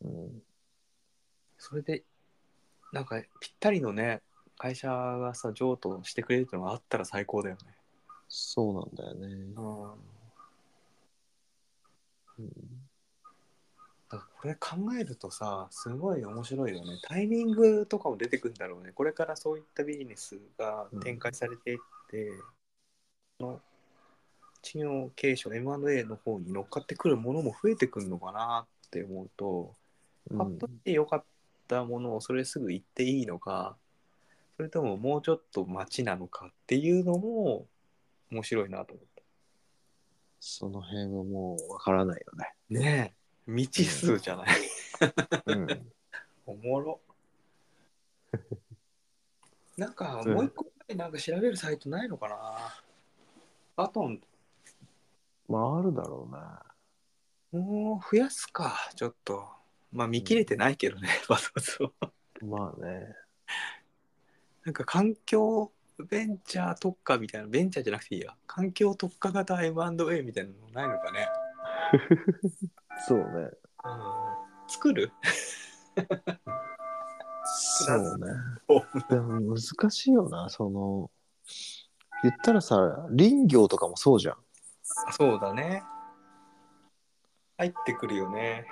S1: うん。
S2: それで、なんかぴったりのね、会社がさ、譲渡してくれるっていうのがあったら最高だよね。
S1: そうなんだよね。
S2: うん。
S1: うん
S2: だからこれ考えるとさ、すごい面白いよね。タイミングとかも出てくるんだろうね。これからそういったビジネスが展開されていって、その事業継承、M&A の方に乗っかってくるものも増えてくるのかなって思うと、
S1: う
S2: 買っ
S1: ん
S2: といてよかったものをそれすぐ言っていいのか、それとももうちょっと待ちなのかっていうのも面白いなと思っ
S1: その辺はもうわからないよね。
S2: た。ねえ。未知数じゃない。
S1: うん。
S2: おもろ。なんかもう一個ぐらいなんか調べるサイトないのかな、バトン、
S1: まあ、あるだろうね。
S2: もう増やすか、ちょっと。まあ見切れてないけどね、バトンズを。
S1: まあね。
S2: なんか環境ベンチャー特化みたいな、ベンチャーじゃなくていいや。環境特化型 M&A みたいなのないのかね。
S1: そうね。
S2: 作る
S1: そうね。でも難しいよな、その、言ったらさ、林業とかもそうじゃん。
S2: そうだね。入ってくるよね。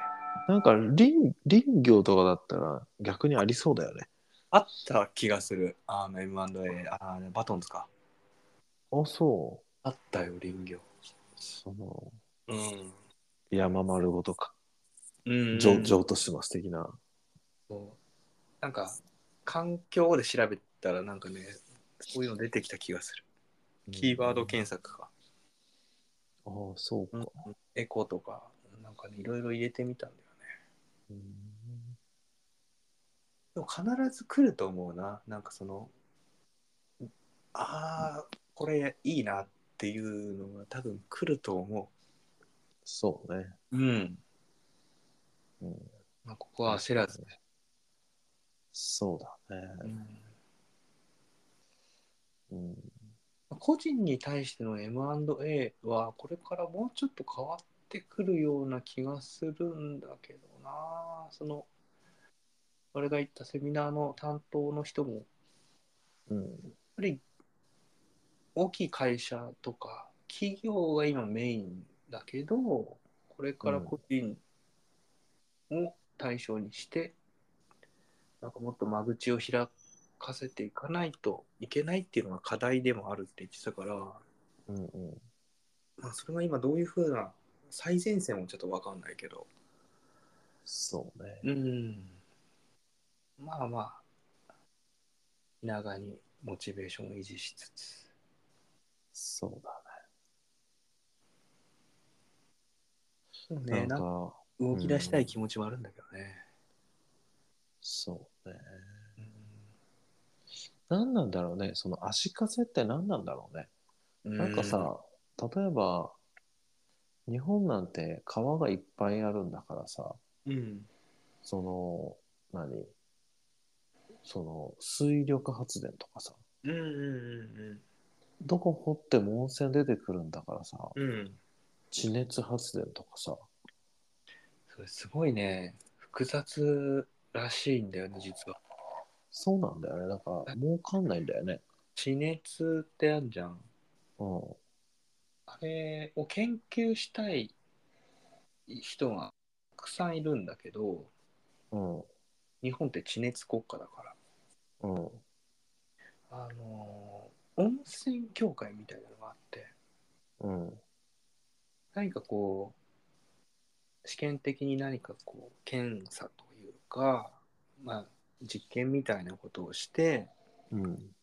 S1: なんか林、林業とかだったら逆にありそうだよね。
S2: あった気がする。あの M&A、あーバトンズか。
S1: あ、そ
S2: あったよ、林業。
S1: う。その、
S2: うん。
S1: 山丸ごとか、
S2: うん
S1: 譲譲渡します的な。
S2: そうなんか、環境で調べたら、なんかね、そういうの出てきた気がする。キーワード検索か。
S1: ああ、そうか。
S2: エコとか、なんかね、いろいろ入れてみたんだよね。
S1: うん
S2: でも必ず来ると思うな。なんかその、ああ、これいいなっていうのが多分来ると思
S1: そうね。
S2: う。うん。
S1: うん、
S2: まあ、ここは焦らず。
S1: そうだ
S2: う
S1: ね。
S2: ん
S1: うん。
S2: 個人に対しての M&A はこれからもうちょっと変わってくるような気がするんだけどなその俺が行ったセミナーの担当の人もやっ
S1: うん。
S2: ぱり大きい会社とか企業が今メインだけどこれから個人を対象にして、なんかもっと間口を開かせていかないといけないっていうのが課題でもあるって言ってたから。
S1: うんうん。
S2: まあ、それが今どういうふうな最前線もちょっと分かんないけど、
S1: そうね。
S2: うん、まあまあ気長にモチベーションを維持しつつ
S1: そうだ
S2: ね
S1: ね。な
S2: なん
S1: ん
S2: か
S1: か、
S2: 動き出したい気持ちもあるんだけどね、
S1: そうね。
S2: うん
S1: 何なんだろうね。その足かせって何なんだろうね。なんかさ、例えば、日本なんて川がいっぱいあるんだからさ、
S2: うん
S1: その、何その、水力発電とかさ、
S2: うんうん
S1: どこ掘っても温泉出てくるんだからさ、
S2: うんうん
S1: 地熱発電とかさ、
S2: それすごいね複雑らしいんだよね実は
S1: そうなんだよね。なんか、儲かんないんだよね。
S2: 地熱ってあるじゃん
S1: うん。
S2: あれを研究したい人がたくさんいるんだけど
S1: うん。
S2: 日本って地熱国家だから
S1: うん。
S2: あのー温泉協会みたいなのがあって
S1: うん。
S2: 何かこう試験的に何かこう検査というか、まあ、実験みたいなことをして
S1: うん。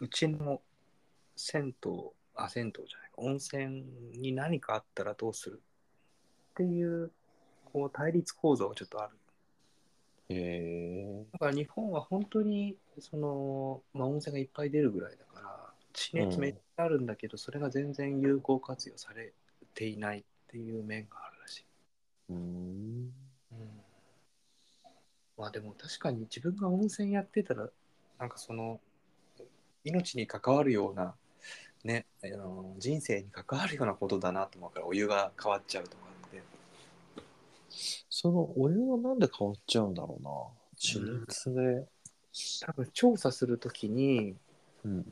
S2: うちの銭湯あ銭湯じゃない温泉に何かあったらどうするっていうこう対立構造がちょっとある。
S1: へえ。
S2: だから日本は本当にその、まあ、温泉がいっぱい出るぐらいだから地熱めっちゃあるんだけど、それが全然有効活用されていないっていう面があるらしい、
S1: うん。
S2: まあでも確かに自分が温泉やってたらなんかその命に関わるようなねあの人生に関わるようなことだなと思うからお湯が変わっちゃうとかって
S1: そのお湯はなんで変わっちゃうんだろうな。地熱で。
S2: 多分調査するときに
S1: うん。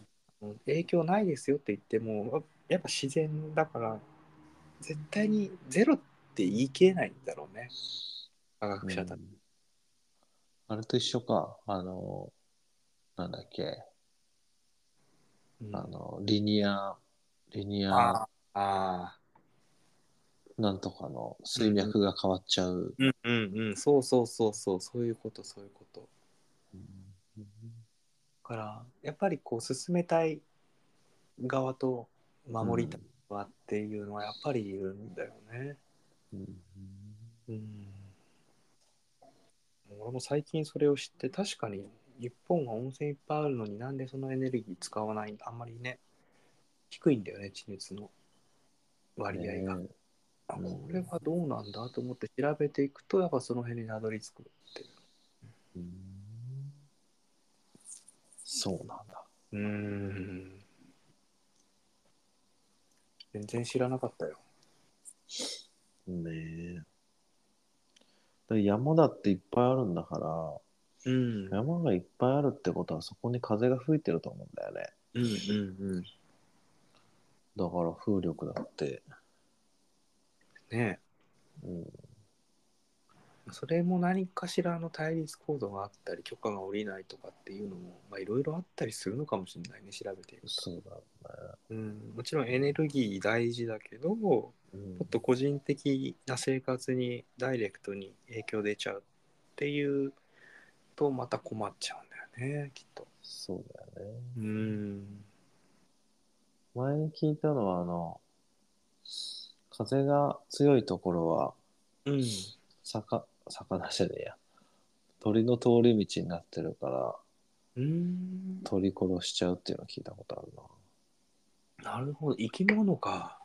S2: 影響ないですよって言ってもやっぱ自然だから絶対にゼロって言い切れないんだろうね科学者だ、
S1: うんあれと一緒か。あの、なんだっけ。
S2: うん
S1: あの、リニア、リニア
S2: ああ
S1: なんとかの水脈が変わっちゃう。
S2: うんうんうんそうそうそうそうそういうことそういうことだからやっぱりこう進めたい側と守りたい側っていうのはやっぱりいるんだよね
S1: うん
S2: うん俺も最近それを知って確かに日本は温泉いっぱいあるのになんでそのエネルギー使わないあんまりね低いんだよね地熱の割合が、
S1: ね
S2: あこれはどうなんだと思って調べていくとやっぱその辺にたどり着くってい
S1: うんそうなんだ。
S2: ううん全然知らなかったよ
S1: ねえ。だから山だっていっぱいあるんだから、
S2: うんうん
S1: 山がいっぱいあるってことはそこに風が吹いてると思うんだよね
S2: うんうん
S1: だから風力だって、
S2: ね
S1: うん、
S2: それも何かしらの対立行動があったり許可が下りないとかっていうのもまあいろいろあったりするのかもしれないね調べていくと、
S1: そうだね
S2: うん、もちろんエネルギー大事だけども
S1: うん
S2: っと個人的な生活にダイレクトに影響出ちゃうっていうとまた困っちゃうんだよねきっと
S1: そうだよね
S2: うん
S1: 前に聞いたのはあの風が強いところは
S2: うん
S1: 坂魚じゃねえや鳥の通り道になってるから
S2: うん
S1: 鳥殺しちゃうっていうのを聞いたことあるな
S2: なるほど生き物か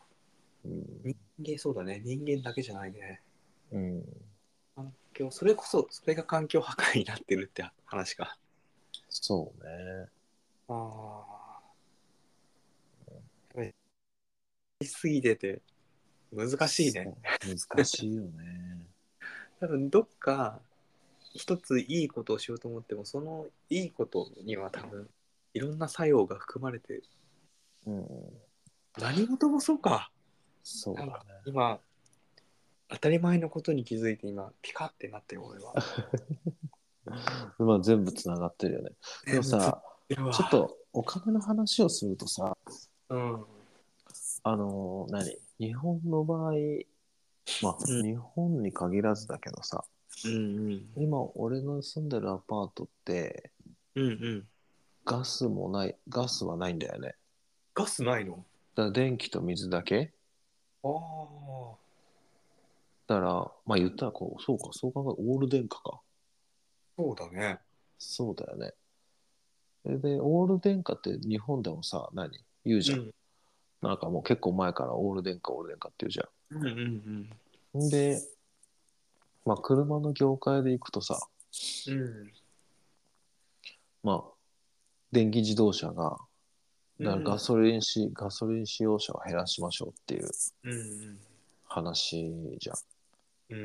S1: うん
S2: 人間そうだね人間だけじゃないね
S1: うん、
S2: 環境それこそそれが環境破壊になってるって話か
S1: そうね
S2: ああ。やりすぎてて難しいね。
S1: そう難しいよ ね
S2: 多分どっか一ついいことをしようと思ってもそのいいことには多分いろんな作用が含まれてる
S1: うん
S2: 何事もそうか
S1: そうだね
S2: 今当たり前のことに気づいて今ピカってなってる 俺は。
S1: まあ全部つながってるよねでもさ
S2: ちょ
S1: ちょっ、とお金の話をするとさ
S2: うん、
S1: あのー何日本の場合まあ、
S2: うん
S1: 日本に限らずだけどさ
S2: うんうん
S1: 今俺の住んでるアパートって
S2: うんうん
S1: ガスもないガスはないんだよね
S2: ガスないの
S1: だから電気と水だけ
S2: ああ
S1: だからまあ言ったらこうそうかそう考えるとオール電化か
S2: そうだね。
S1: そうだよねそれでオール電化って日本でもさ何言うじゃん、なんかもう結構前からオール電化オール電化って言うじゃん
S2: うんうんうん
S1: んでまあ車の業界で行くとさ
S2: うん
S1: まあ電気自動車がだから
S2: うん
S1: ガソリンし、ガソリン使用者を減らしましょうっていう
S2: うん
S1: 話じゃ
S2: うん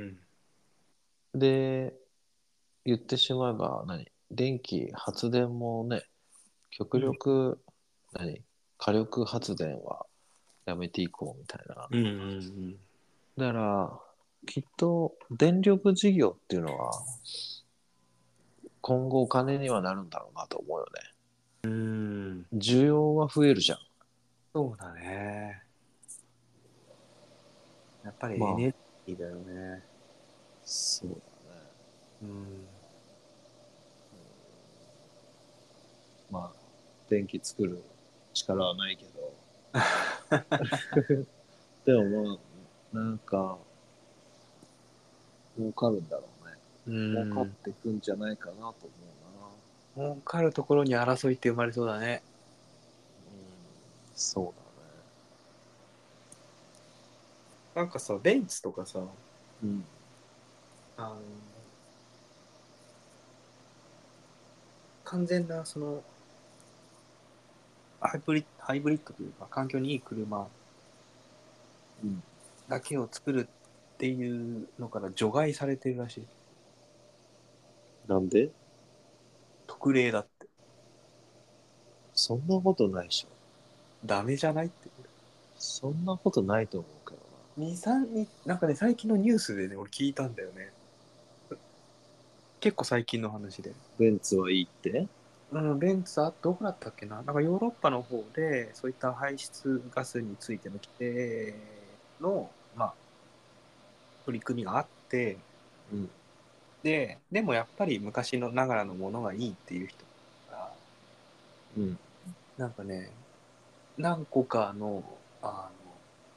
S2: うん
S1: ん。で、言ってしまえば何、電気、発電もね、極力、何、火力発電はやめていこうみたいな。
S2: うんうん
S1: だから、きっと電力事業っていうのは、今後お金にはなるんだろうなと思うよね。
S2: うんうん
S1: 需要は増えるじゃん。
S2: そうだねやっぱりエ
S1: まあ
S2: ネルギーだよね、
S1: そうだね。
S2: うん
S1: まあ、電気作る力はないけど。 でもまあ、なんか、儲かるんだろうね。儲かってくんじゃないかなと思うな。
S2: 儲かるところに争いって生まれそうだね
S1: うん、そう
S2: なんかさベンツとかさ
S1: だね。
S2: あの完全なそのハイブリッドハイブリッドというか環境にいい車
S1: うん。うん。
S2: だけを作るっていうのから除外されてるらしい
S1: なんで
S2: 特例だって
S1: そんなことないでしょ。
S2: ダメじゃないって
S1: そんなことないと思うけど
S2: 23になんかね最近のニュースでね俺聞いたんだよね結構最近の話で
S1: な。ベンツはいいって
S2: うんベンツはどこだったっけななんかヨーロッパの方でそういった排出ガスについての規定のまあ取り組みがあって
S1: うん。
S2: ででもやっぱり昔のながらのものがいいっていう人が
S1: うん。
S2: なんかね、何個かのあの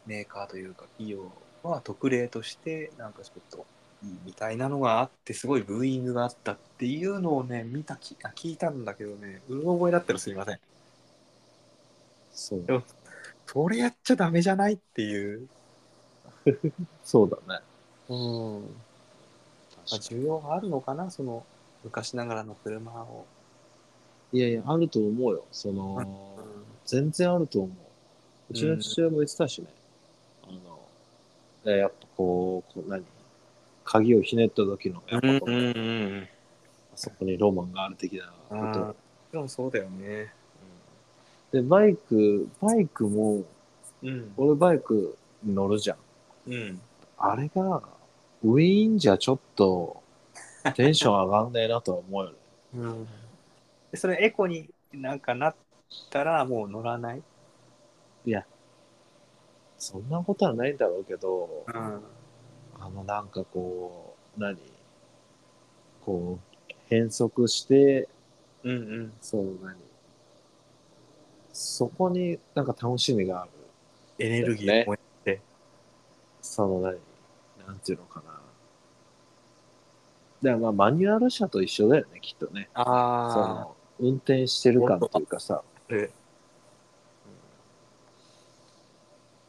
S2: メーカーというか企業は特例としてなんかちょっといいみたいなのがあってすごいブーイングがあったっていうのをね見たきあ聞いたんだけどねうろ覚えだったらすみません
S1: そう
S2: でもそれやっちゃダメじゃないっていう、
S1: そうだね。
S2: うん、需要があるのかなその昔ながらの車を、
S1: いやいや、あると思うよ。その、全然あると思う。うちの父親も言ってたしね。あの、いややっぱこう、こう何鍵をひねった時の、やっぱこの、
S2: ん
S1: そこにロマンがある的なこ
S2: あ
S1: と
S2: あ。でもそうだよね。
S1: でバイクバイクも
S2: うん。
S1: 俺バイク乗るじゃん
S2: うん。
S1: あれがウィーンじゃちょっとテンション上がんねえなとは思うよね
S2: うん、でそれエコになんかなったらもう乗らない。
S1: そんなことはないんだろうけど、
S2: ん。
S1: あのなんかこう何こう変則して
S2: うんうん。
S1: そう何そこになんか楽しみがある
S2: エネルギ
S1: だよ
S2: ー
S1: ね
S2: を燃
S1: その何なんていうのかなだからまあマニュアル車と一緒だよねきっとねそ
S2: あ
S1: の運転してる感っていうかさ
S2: あ。で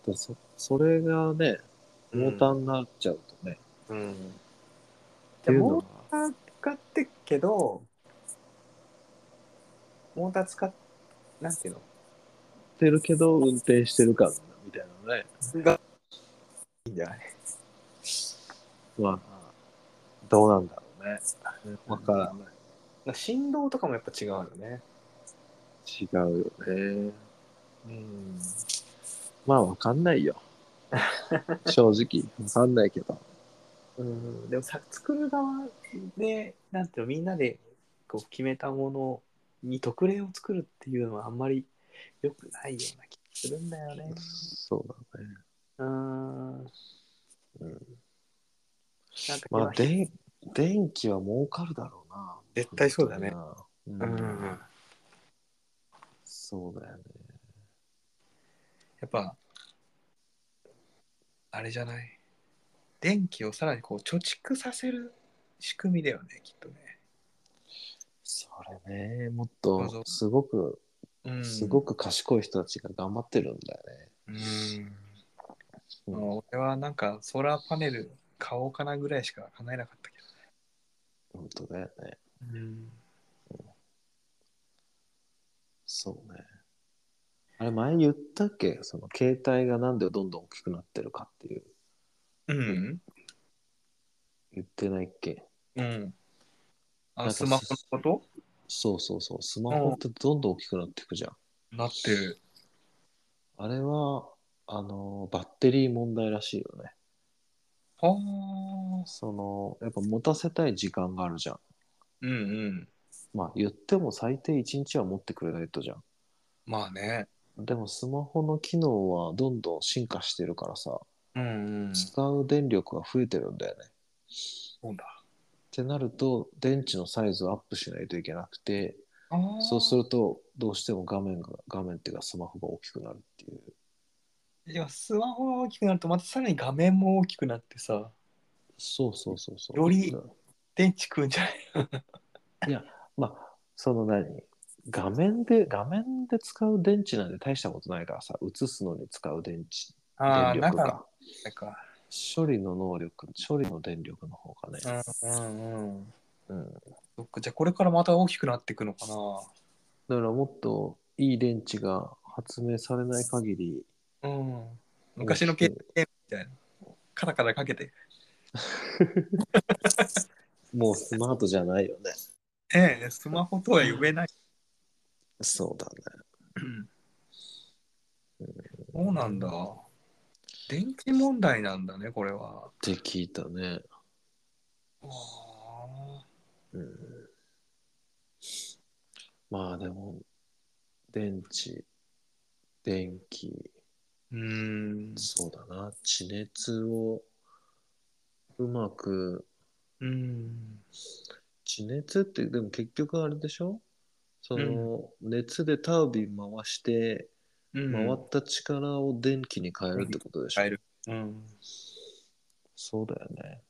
S1: でそそれがねモーターになっちゃうとね、
S2: うん。
S1: っていうの
S2: モ
S1: は
S2: ーター使ってっけど、モーター使っ、なんていうの
S1: ってるけど運転してる感みたいなのね
S2: がいいんじゃない
S1: まあどうなんだろうねわか
S2: だ
S1: らない
S2: ら振動とかもやっぱ違うよね。
S1: 違うよね
S2: うん。
S1: まあわかんない よ正直わかんないけど
S2: うん、でもさ作る側でなんていうのみんなでこう決めたものに特例を作るっていうのはあんまり良くないような気がするんだよね。
S1: そうだね
S2: うん。
S1: うん
S2: なんか今、
S1: まあで電気は儲かるだろうな
S2: 絶対そうだね
S1: うん、
S2: うん、や
S1: そうだよね
S2: っぱあれじゃない電気をさらにこう貯蓄させる仕組みだよねきっとね。
S1: それねもっ
S2: そうそ
S1: と
S2: う
S1: すごく
S2: うん
S1: すごく賢い人たちが頑張ってるんだよね
S2: うん
S1: うん
S2: もう俺はなんかソーラーパネル買おうかなぐらいしか考えなかったけ
S1: 本当だよね
S2: ど。うん。
S1: そうねあれ前言ったっけその携帯がなんでどんどん大きくなってるかっていう
S2: うん。
S1: 言ってないっけ
S2: うん。
S1: な
S2: あ、
S1: んか
S2: スマホのこ
S1: そうそうそうスマホってどんどん大きくなっていくじゃん
S2: となってる。
S1: あれはあのバッテリー問題らしいよね
S2: はあ。
S1: そのやっぱ持たせたい時間があるじゃん
S2: うんうん。
S1: まあ言っても最低1日は持ってくれないとじゃん
S2: まあね。
S1: でもスマホの機能はどんどん進化してるからさ、
S2: うんうん。そ
S1: 使う電力が増えてるんだよね。っ
S2: うだ。
S1: てなると電池のサイズをアップしないといけなくて
S2: あー
S1: そうするとどうしても画面が画面っていうかスマホが大きくなるっていう
S2: いや、スマホが大きくなると、またさらに画面も大きくなってさ、
S1: そうそうそうそう
S2: より電池食うんじゃない
S1: まあその何画面で画面で使う電池なんて大したことないからさ映すのに使う電池
S2: ああ、
S1: 電
S2: な
S1: 力
S2: んか、
S1: が
S2: なんか。
S1: 処理の能力処理の電力の方がね、
S2: うんうんうん。
S1: うん、
S2: そっか、じゃあこれからまた大きくなっていくのかな
S1: だからもっといい電池が発明されない限り。
S2: うん。昔の携帯ゲームみたいな。カラカラかけて。
S1: もうスマートじゃないよね
S2: ええ、スマホとは呼べない。
S1: そうだ
S2: そうなんだ。電気問題なんだね、これは。
S1: ねって聞いたね、うん、まあでも電池電気
S2: うん。
S1: そうだな地熱をうまく
S2: うん。
S1: 地熱ってでも結局あれでしょその、熱でタービン回して回
S2: 回
S1: った力を電気に変えるってことでしょ、
S2: える。うん。
S1: そうだよね。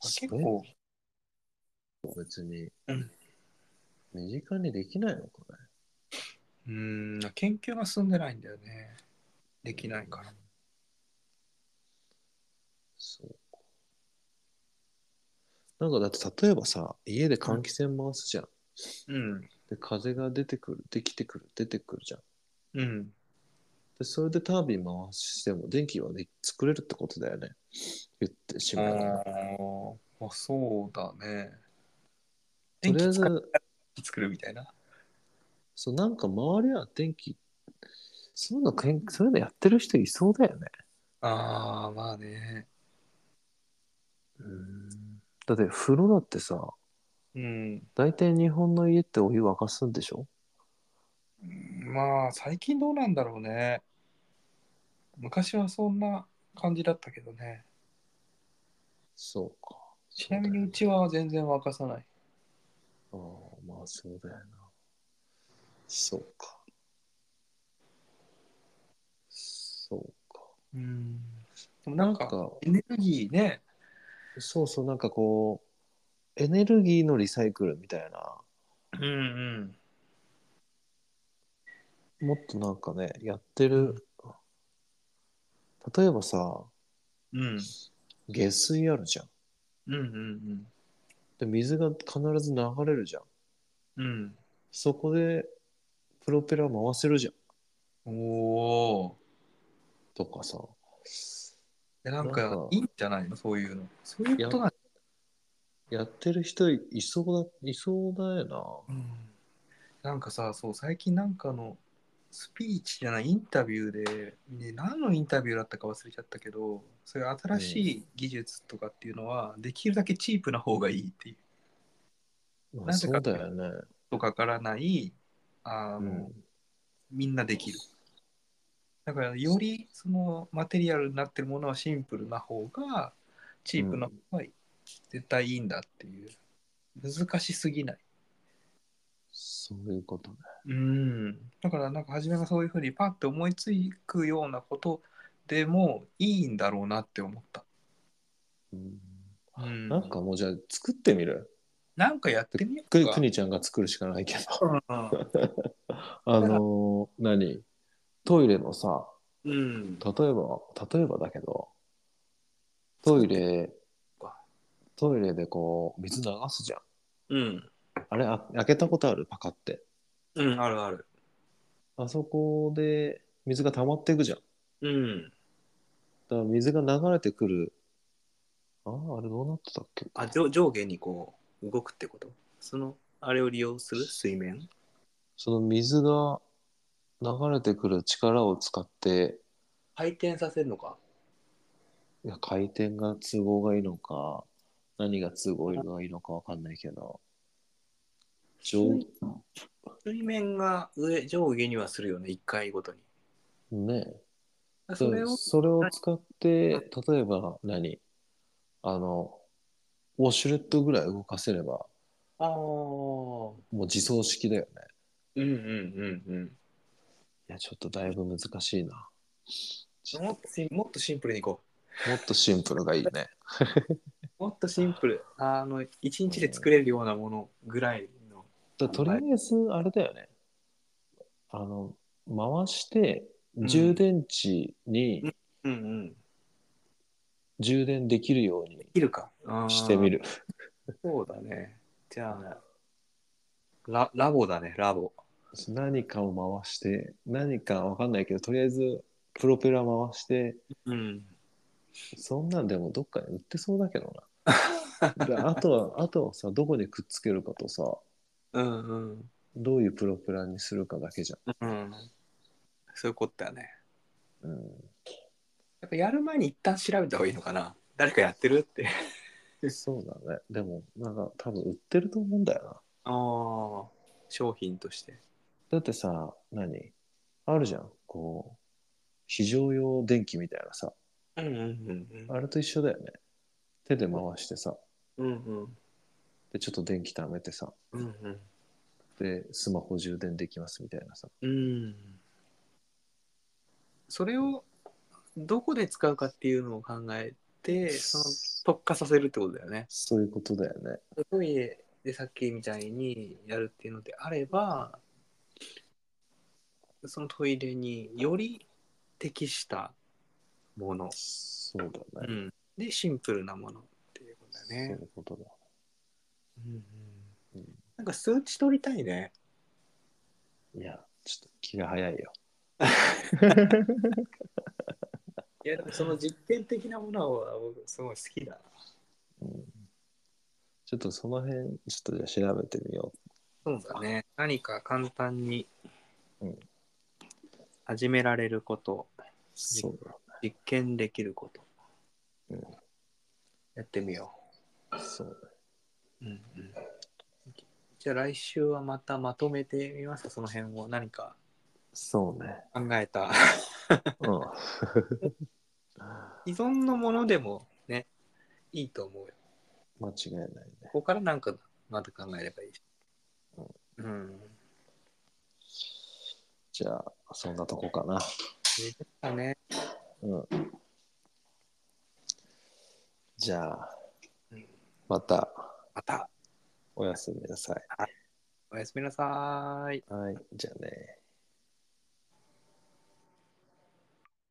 S2: 結構、
S1: それ別に、
S2: うん
S1: 身近にできないのかね。
S2: うん、研究が進んでないんだよね。できないから。
S1: そうか。なんかだって例えばさ、家で換気扇回すじゃん。
S2: うん。
S1: で、風が出てくる、できてくる、出てくるじゃん。
S2: うん。
S1: で、それでタービン回しても電気はで作れるってことだよね。言ってしまえば。
S2: あーあ、そうだね。
S1: とりあえ
S2: 電
S1: ず
S2: 気作るみたいな。
S1: そうなんか周りは電気そういうのけんそういうのやってる人いそうだよね
S2: ああ、まあね。
S1: だって風呂だってさ
S2: うん。
S1: 大体日本の家ってお湯沸かすんでしょ
S2: まあ、最近どうなんだろうね。昔はそんな感じだったけどね。
S1: そうか
S2: ちなみにうちは全然沸かさない。
S1: ああまあそうだよなそうかそうか
S2: うん。でもなん
S1: なん
S2: か、
S1: か
S2: エネルギーね。
S1: そうそうなんかこうエネルギーのリサイクルみたいな
S2: うんうん。
S1: もっとなんかねやってる例えばさ
S2: うん。
S1: 下水あるじゃん
S2: うんうん
S1: で水が必ず流れるじゃん
S2: うん。うん。
S1: そこでプロペラ回せるじゃん
S2: おお。
S1: とかさ
S2: でなん
S1: なん
S2: か
S1: か、
S2: いいんじゃないのそういうの。そういうことなん
S1: やってる人いいそうだいそうだよ
S2: うんなんかさ、そう、最近なんかのスピーチじゃないインタビューで、ね、何のインタビューだったか忘れちゃったけど、そういう新しい技術とかっていうのは、できるだけチープな方がいいっていう、
S1: な、ま
S2: な
S1: あ、
S2: ぜ
S1: そう
S2: か
S1: だよね
S2: とかからない、あの、みんなできる。だから、よりそのマテリアルになってるものはシンプルな方が、チープな方がいい絶対いいんだっていう。難しすぎない。
S1: そういうことね
S2: うん、だからなんか初めがそういうふうにパッて思いつくようなことでもいいんだろうなって思った。
S1: うん
S2: うん、
S1: なんかもうじゃあ作ってみる
S2: なんかやってみよ
S1: く
S2: うか。
S1: くにちゃんが作るしかないけど
S2: うん
S1: あの ー何トイレのさ
S2: うん。
S1: 例えば例えばだけどトイレトイレでこう水流すじゃん
S2: うん。
S1: あれあ開けたことあるパカって
S2: うん、あるある。
S1: あそこで水が溜まっていくじゃん
S2: うん。
S1: だから水が流れてくるあああれどうなってたっけ
S2: あ、上上下にこう動くってことその、あれを利用する水面
S1: その水が流れてくる力を使って
S2: 回転させるのか。
S1: いや回転が都合がいいのか何が都合がいいのかわかんないけど上
S2: 水面が上上下にはするよね、1回ごとに。
S1: ね
S2: それ
S1: そう
S2: を、
S1: それを使って例えば何あのウォシュレットぐらい動かせれば
S2: ああ、うん
S1: もう自走式だよね
S2: うんうんうん。
S1: いやちょっとだいぶ難しいなちょ
S2: もっとシンもっとシンプルにいこう。
S1: もっとシンプルがいいね
S2: もっとシンプル。あの、一日で作れるようなものぐらいの。
S1: だとりあえずあれだよね、あの回して
S2: ん
S1: 充電池に
S2: うんうん。
S1: 充電できるように
S2: いるか。あー
S1: してみ。る、
S2: そうだね。じゃあ、ララボだね、ラボ。
S1: 何かを回して何かわかんないけどとりあえずプロペラ回して
S2: うん。
S1: そんなんでもどっかに売ってそうだけど なであとはあとはさどこにくっつけるかとさ
S2: うんうん。
S1: どういうプロペラにするかだけじ
S2: うん。そういうことだね。
S1: ゃん、うん、
S2: やっぱやる前に一旦調べた方がいいのかな。誰かやってるって。
S1: そうだねでもなんか多分売ってると思うんだよな
S2: ああ。商品として。
S1: だってさ、何あるじゃん。こう、非常用電気みたいなさ。
S2: うんうんうん
S1: あれと一緒だよね。手で回してさ。
S2: うん。うんうん。
S1: で、ちょっと電気貯めてさ。
S2: うんうん。
S1: で、スマホ充電できますみたいなさ。
S2: うん。それをどこで使うかっていうのを考えて、その特化させるってことだよね。
S1: そういうことだよね。
S2: トイレでさっきみたいにやるっていうのであれば、そのトイレにより適したもの、
S1: そうだ
S2: う
S1: ね。
S2: ん、でシンプルなものっていうことだ
S1: そうい
S2: ね。
S1: うことだ。
S2: うんう
S1: うんん、
S2: なんか数値取りたいね。
S1: いや、ちょっと気が早いよ。
S2: いやでもその実験的なものは僕すごい好きだな。
S1: うんちょっとその辺、ちょっとじゃあ調べてみよ
S2: そうだね。何か簡単に
S1: うん
S2: 始められること、
S1: う。そうだ
S2: 実験できること、
S1: うん
S2: やってみよ
S1: ね。そう
S2: う。うんうん、じゃあ来週はまたまとめてみますかその辺を何か
S1: そうね。
S2: 考えた。
S1: うん。
S2: 依存のものでもね、いいと思うよ。
S1: 間違いないね。
S2: ここからなんかまた考えればいいし。うん。
S1: じゃあ、そんなとこかな。
S2: だね。
S1: うん。じゃあ
S2: うん、
S1: また
S2: また、
S1: おやすみなさい。
S2: おやすみなさーい。
S1: はい。じゃあね。